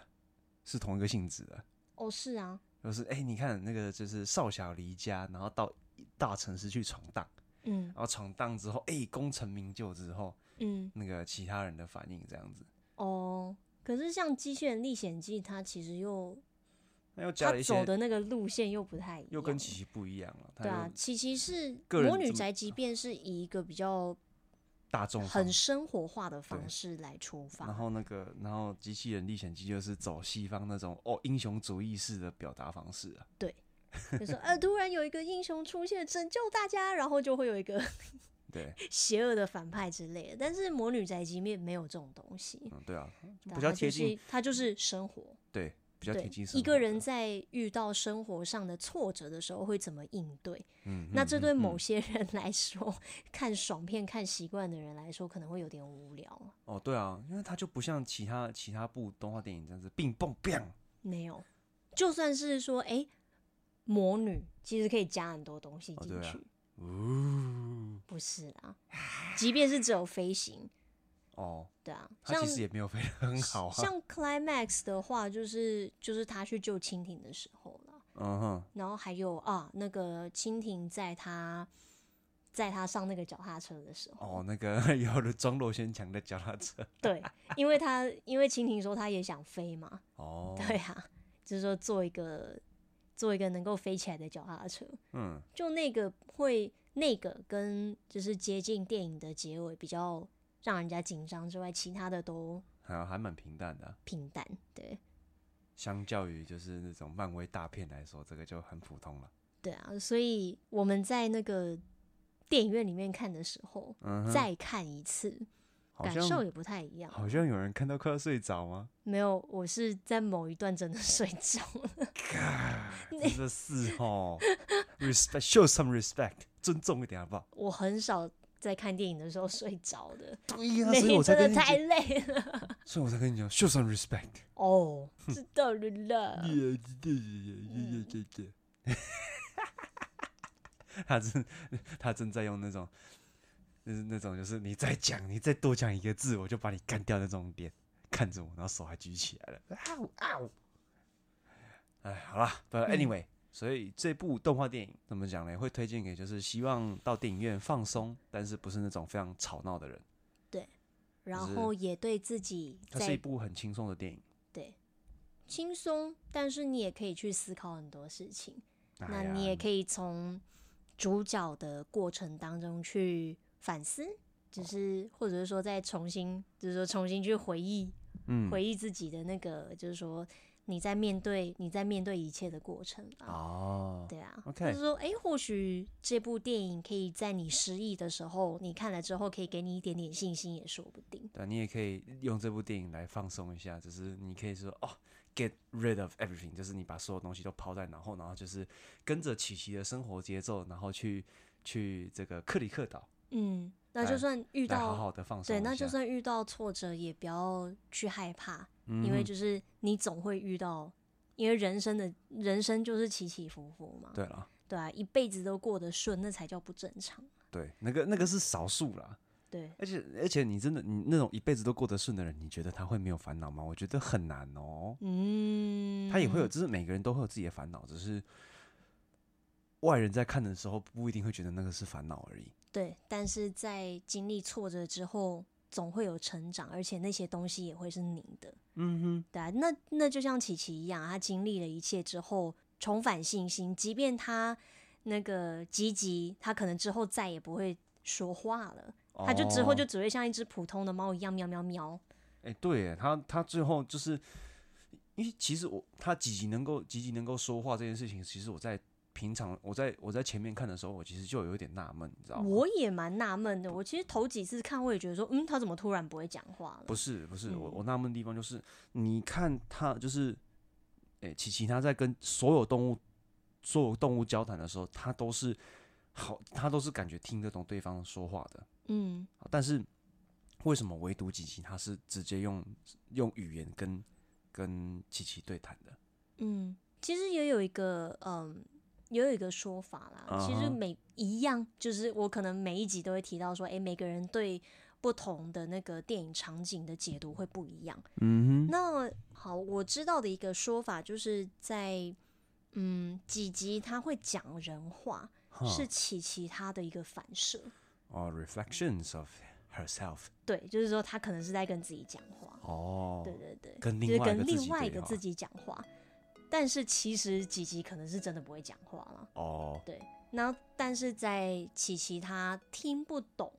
[SPEAKER 1] 是同一个性质的，
[SPEAKER 2] 哦，是啊，
[SPEAKER 1] 就是哎、你看那个就是少小离家，然后到大城市去闯荡，
[SPEAKER 2] 嗯
[SPEAKER 1] 然后闯荡之后，哎、功成名就之后，
[SPEAKER 2] 嗯。
[SPEAKER 1] 那个其他人的反应这样子，
[SPEAKER 2] 哦，可是像《机器人历险记》，它其实又
[SPEAKER 1] 那又加
[SPEAKER 2] 它
[SPEAKER 1] 了一
[SPEAKER 2] 走
[SPEAKER 1] 些，
[SPEAKER 2] 的那个路线又不太一样，
[SPEAKER 1] 又跟琪琪不一样了，它
[SPEAKER 2] 对啊
[SPEAKER 1] 又，
[SPEAKER 2] 琪琪是
[SPEAKER 1] 个人
[SPEAKER 2] 魔女
[SPEAKER 1] 怎么
[SPEAKER 2] 宅急便是以一个比较
[SPEAKER 1] 大众化
[SPEAKER 2] 很生活化的方
[SPEAKER 1] 对
[SPEAKER 2] 式来出发，
[SPEAKER 1] 然后那个，然后机器人历险记就是走西方那种哦英雄主义式的表达方式啊，
[SPEAKER 2] 就说呃，突然有一个英雄出现拯救大家，然后就会有一个
[SPEAKER 1] 对，
[SPEAKER 2] 邪恶的反派之类的。但是魔女宅急便没有这种东西，
[SPEAKER 1] 嗯，对啊，
[SPEAKER 2] 对啊
[SPEAKER 1] 比较
[SPEAKER 2] 它就
[SPEAKER 1] 贴近
[SPEAKER 2] 是它就是生活，
[SPEAKER 1] 对，比较
[SPEAKER 2] 对
[SPEAKER 1] 贴近生
[SPEAKER 2] 一个
[SPEAKER 1] 活
[SPEAKER 2] 人
[SPEAKER 1] 的，
[SPEAKER 2] 在遇到生活上的挫折的时候会怎么应对。
[SPEAKER 1] 嗯，
[SPEAKER 2] 那这
[SPEAKER 1] 嗯
[SPEAKER 2] 对
[SPEAKER 1] 嗯
[SPEAKER 2] 某些人 来说，看爽片看习惯的人来说，可能会有点无聊。
[SPEAKER 1] 哦，对啊，因为它就不像其他其他部动画电影这样子，并蹦 bang，
[SPEAKER 2] 没有，就算是说，哎、魔女其实可以加很多东西
[SPEAKER 1] 哦
[SPEAKER 2] 进
[SPEAKER 1] 对啊
[SPEAKER 2] 去，
[SPEAKER 1] 呜，
[SPEAKER 2] 不是啊？即便是只有飞行，
[SPEAKER 1] 哦，
[SPEAKER 2] 对啊，
[SPEAKER 1] 它
[SPEAKER 2] 像
[SPEAKER 1] 其实也没有飞得很好啊，
[SPEAKER 2] 像 climax 的话，就是就是他去救蜻蜓的时候了，
[SPEAKER 1] 嗯哼，
[SPEAKER 2] 然后还有啊，那个蜻蜓在他在他上那个脚踏车的时候，
[SPEAKER 1] 哦，那个 有了装螺旋桨的脚踏车，
[SPEAKER 2] 对，因为他因为蜻蜓说他也想飞嘛，
[SPEAKER 1] 哦，
[SPEAKER 2] 对，啊，就是说做一个做一个能够飞起来的脚踏车，
[SPEAKER 1] 嗯，
[SPEAKER 2] 就那个会那个跟就是接近电影的结尾比较让人家紧张之外，其他的都
[SPEAKER 1] 还还蛮平淡的啊、
[SPEAKER 2] 平淡。对
[SPEAKER 1] 相较于就是那种漫威大片来说，这个就很普通了。
[SPEAKER 2] 对啊，所以我们在那个电影院里面看的时候、
[SPEAKER 1] 嗯哼，
[SPEAKER 2] 再看一次，
[SPEAKER 1] 好
[SPEAKER 2] 感受
[SPEAKER 1] 像
[SPEAKER 2] 也不太一样。
[SPEAKER 1] 好像有人看到快要睡着吗？
[SPEAKER 2] 没有，我是在某一段真的 睡着了。
[SPEAKER 1] 真的是哦，respect，show some respect，尊重一点好不好？
[SPEAKER 2] 我很少在看电影的时候睡着的，
[SPEAKER 1] 对 呀、
[SPEAKER 2] 每
[SPEAKER 1] 所以
[SPEAKER 2] 天
[SPEAKER 1] 我才
[SPEAKER 2] 真
[SPEAKER 1] 跟
[SPEAKER 2] 的
[SPEAKER 1] 你
[SPEAKER 2] 太
[SPEAKER 1] 讲，
[SPEAKER 2] 累了。
[SPEAKER 1] 所以我才跟你讲，show some respect。
[SPEAKER 2] 哦，知道了
[SPEAKER 1] 啊
[SPEAKER 2] 啦。嗯
[SPEAKER 1] 他正 他正在用那种，就是那种就是你再讲，你再多讲一个字，我就把你干掉那种脸，看着我，然后手还举起来了，啊呜啊呜！哎，好啦，不
[SPEAKER 2] 哦嗯
[SPEAKER 1] ，anyway，、所以这部动画电影怎么讲呢？会推荐给就是希望到电影院放松，但是不是那种非常吵闹的人。
[SPEAKER 2] 然
[SPEAKER 1] 是啊
[SPEAKER 2] 后也对自己
[SPEAKER 1] 它是一
[SPEAKER 2] 在
[SPEAKER 1] 部很轻松的电影。
[SPEAKER 2] 对轻松，但是你也可以去思考很多事情。那
[SPEAKER 1] 哎呀
[SPEAKER 2] 你也可以从主角的过程当中去反思，就是或者是说再重新，就是说重新去回忆
[SPEAKER 1] 嗯
[SPEAKER 2] 回忆自己的那个，就是说你在面对你在面对一切的过程啊。
[SPEAKER 1] 哦，
[SPEAKER 2] 对啊
[SPEAKER 1] OK
[SPEAKER 2] 就是说，哎、或许这部电影可以在你失意的时候，你看了之后，可以给你一点点信心，也说不定。
[SPEAKER 1] 对，你也可以用这部电影来放松一下，就是你可以说哦，get rid of everything，就是你把所有东西都抛在脑后，然后就是跟着琪琪的生活节奏，然后去去这个克里克岛
[SPEAKER 2] 嗯，那就
[SPEAKER 1] 来
[SPEAKER 2] 算遇
[SPEAKER 1] 来
[SPEAKER 2] 到
[SPEAKER 1] 好好的放松
[SPEAKER 2] 对，
[SPEAKER 1] 一下。
[SPEAKER 2] 那就算遇到挫折，也不要去害怕，因为
[SPEAKER 1] 嗯
[SPEAKER 2] 就是你总会遇到，因为人生的人生就是起起伏伏嘛
[SPEAKER 1] 哼，对了，
[SPEAKER 2] 对啊，一辈子都过得顺，那才叫不正常。
[SPEAKER 1] 对，那个那个是少数啦，
[SPEAKER 2] 对，
[SPEAKER 1] 而且而且你真的你那种一辈子都过得顺的人，你觉得他会没有烦恼吗？我觉得很难哦，
[SPEAKER 2] 嗯，
[SPEAKER 1] 他也会有，就是每个人都会有自己的烦恼，只是外人在看的时候不一定会觉得那个是烦恼而已。
[SPEAKER 2] 对，但是在经历挫折之后，总会有成长，而且那些东西也会是你的。
[SPEAKER 1] 嗯哼。
[SPEAKER 2] 对啊，那那就像琪琪一样，他经历了一切之后重返信心，即便他那个积极，他可能之后再也不会说话了，他就之后就
[SPEAKER 1] 哦
[SPEAKER 2] 只会像一只普通的猫一样喵喵喵。
[SPEAKER 1] 哎、对耶，他他最后就是，因为其实我他积极能够积极能够说话这件事情，其实我在平常我在我在前面看的时候，我其实就有一点纳闷，你知道吗？
[SPEAKER 2] 我也蛮纳闷的，我其实头几次看我也觉得说，嗯，他怎么突然不会讲话
[SPEAKER 1] 不
[SPEAKER 2] 了？
[SPEAKER 1] 是不是，我
[SPEAKER 2] 嗯
[SPEAKER 1] 我纳闷的地方就是，你看他就是，哎、琪琪他在跟所有动物所有动物交谈的时候，他都是好，他都是感觉听得懂对方说话的，
[SPEAKER 2] 嗯，
[SPEAKER 1] 但是为什么唯独琪琪他是直接用用语言跟跟琪琪对谈的？
[SPEAKER 2] 嗯，其实也有一个嗯，也有一个说法啦。其
[SPEAKER 1] 啊哈
[SPEAKER 2] 实每一样，就是我可能每一集都会提到说，诶，每个人对不同的那个电影场景的解读会不一样。
[SPEAKER 1] 嗯哼。
[SPEAKER 2] 那好，我知道的一个说法就是在嗯几集他会讲人话，
[SPEAKER 1] 哈
[SPEAKER 2] 是琪琪他的一个反射。
[SPEAKER 1] 哦，reflections of herself。
[SPEAKER 2] 对，就是说他可能是在跟自己讲话。
[SPEAKER 1] 哦，
[SPEAKER 2] 对对对，
[SPEAKER 1] 跟
[SPEAKER 2] 就是
[SPEAKER 1] 另外一
[SPEAKER 2] 跟
[SPEAKER 1] 个自
[SPEAKER 2] 另
[SPEAKER 1] 己
[SPEAKER 2] 外一
[SPEAKER 1] 对
[SPEAKER 2] 个
[SPEAKER 1] 话
[SPEAKER 2] 自己讲话。但是其实吉吉可能是真的不会讲话了。
[SPEAKER 1] 哦，
[SPEAKER 2] 对，那但是在琪琪他听不懂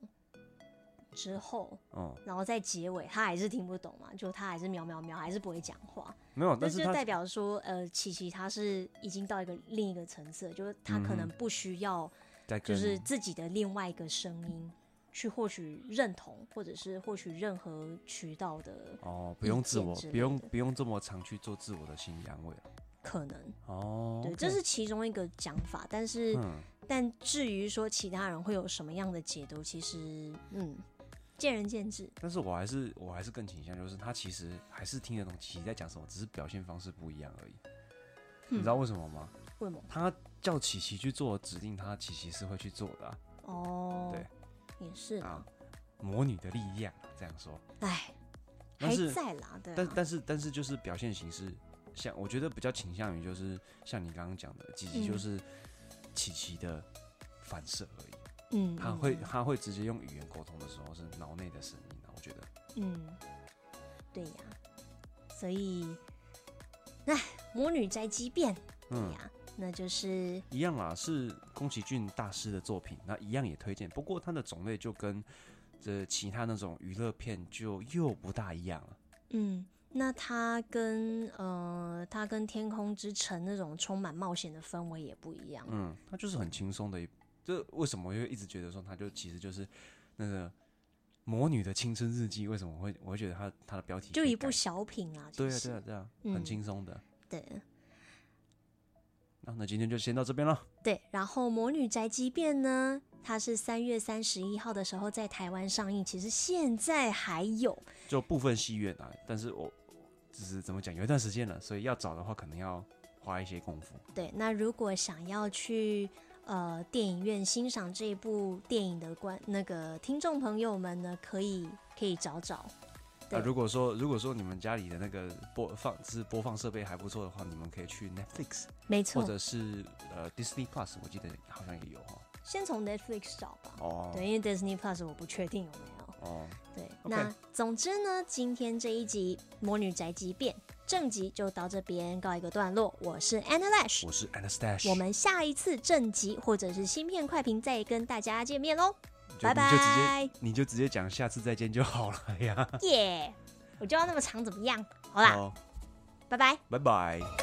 [SPEAKER 2] 之后，
[SPEAKER 1] 嗯，
[SPEAKER 2] 然后在结尾他还是听不懂嘛，就他还是喵喵喵，还是不会讲话，
[SPEAKER 1] 没有，
[SPEAKER 2] 那
[SPEAKER 1] 哦但是
[SPEAKER 2] 就
[SPEAKER 1] 他
[SPEAKER 2] 代表说，呃，琪琪他是已经到一个另一个层次了，就是他可能
[SPEAKER 1] 嗯
[SPEAKER 2] 不需要
[SPEAKER 1] 在
[SPEAKER 2] 就
[SPEAKER 1] 跟
[SPEAKER 2] 是自己的另外一个声音去获取认同，或者是获取任何渠道的
[SPEAKER 1] 哦，不
[SPEAKER 2] 意
[SPEAKER 1] 用自
[SPEAKER 2] 见
[SPEAKER 1] 我，
[SPEAKER 2] 之
[SPEAKER 1] 不
[SPEAKER 2] 类
[SPEAKER 1] 用
[SPEAKER 2] 的
[SPEAKER 1] 不用这么常去做自我的心理安慰了
[SPEAKER 2] 可能。
[SPEAKER 1] 哦，
[SPEAKER 2] 对，这是其中一个讲法，但是、
[SPEAKER 1] 嗯，
[SPEAKER 2] 但至于说其他人会有什么样的解读，其实嗯，见仁见智。
[SPEAKER 1] 但是我还是我还是更倾向就是他其实还是听得懂琪琪在讲什么，只是表现方式不一样而已。
[SPEAKER 2] 嗯
[SPEAKER 1] 你知道为什么吗？
[SPEAKER 2] 为什么？
[SPEAKER 1] 他叫琪琪去做的指令，他琪琪是会去做的啊、
[SPEAKER 2] 哦，
[SPEAKER 1] 对，
[SPEAKER 2] 也是啦
[SPEAKER 1] 啊，魔女的力量啊这样说。
[SPEAKER 2] 哎，
[SPEAKER 1] 但
[SPEAKER 2] 还
[SPEAKER 1] 是
[SPEAKER 2] 在啦，对
[SPEAKER 1] 但
[SPEAKER 2] 啊，
[SPEAKER 1] 但是但是就是表现形式，像我觉得比较倾向于就是像你刚刚讲的，吉吉就
[SPEAKER 2] 嗯
[SPEAKER 1] 是琪琪的反射而已，
[SPEAKER 2] 嗯，
[SPEAKER 1] 他
[SPEAKER 2] 嗯
[SPEAKER 1] 会他会直接用语言沟通的时候是脑内的声音啊，我觉得
[SPEAKER 2] 嗯，嗯对呀，所以，哎，魔女宅急便，对啊
[SPEAKER 1] 嗯
[SPEAKER 2] 呀，那就是
[SPEAKER 1] 一样啦，是宫崎骏大师的作品，那一样也推荐，不过它的种类就跟这其他那种娱乐片就又不大一样了。
[SPEAKER 2] 嗯。那它跟呃，它跟《天空之城》那种充满冒险的氛围也不一样。
[SPEAKER 1] 嗯，它就是很轻松的一，就为什么我会一直觉得说它就其实就是那个魔女的青春日记？为什么我会我会觉得它它的标题
[SPEAKER 2] 就
[SPEAKER 1] 可以
[SPEAKER 2] 一部
[SPEAKER 1] 改
[SPEAKER 2] 小品啊。其
[SPEAKER 1] 对啊
[SPEAKER 2] 实
[SPEAKER 1] 对啊对啊，
[SPEAKER 2] 嗯
[SPEAKER 1] 很轻松的。
[SPEAKER 2] 对
[SPEAKER 1] 那、那今天就先到这边了。
[SPEAKER 2] 对，然后《魔女宅急便》呢，它是三月三十一号的时候在台湾上映，其实现在还有。
[SPEAKER 1] 就部分戏院啊，但是我只是怎么讲，有一段时间了，所以要找的话，可能要花一些功夫。
[SPEAKER 2] 对，那如果想要去呃电影院欣赏这一部电影的观那个听众朋友们呢，可以可以找找。
[SPEAKER 1] 那、
[SPEAKER 2] 对
[SPEAKER 1] 啊如果说如果说你们家里的那个播放是播放设备还不错的话，你们可以去 Netflix 或
[SPEAKER 2] 没错，
[SPEAKER 1] 者是呃 Disney Plus，我记得好像也有哈。
[SPEAKER 2] 先从 Netflix 找吧。
[SPEAKER 1] 哦，
[SPEAKER 2] 对，因为 Disney Plus 我不确定有没有。
[SPEAKER 1] 哦，
[SPEAKER 2] 对
[SPEAKER 1] OK
[SPEAKER 2] 那总之呢，今天这一集《魔女宅急便》正集就到这边告一个段落。我是 Anna Lash，
[SPEAKER 1] 我是 Anastash，
[SPEAKER 2] 我们下一次正集或者是芯片快评再跟大家见面喽，
[SPEAKER 1] 就
[SPEAKER 2] 拜
[SPEAKER 1] 你就直接
[SPEAKER 2] 拜。
[SPEAKER 1] 你就直接讲下次再见就好了呀。
[SPEAKER 2] 耶我就要那么长，怎么样？好啦，
[SPEAKER 1] 好，
[SPEAKER 2] 拜拜。
[SPEAKER 1] 拜拜。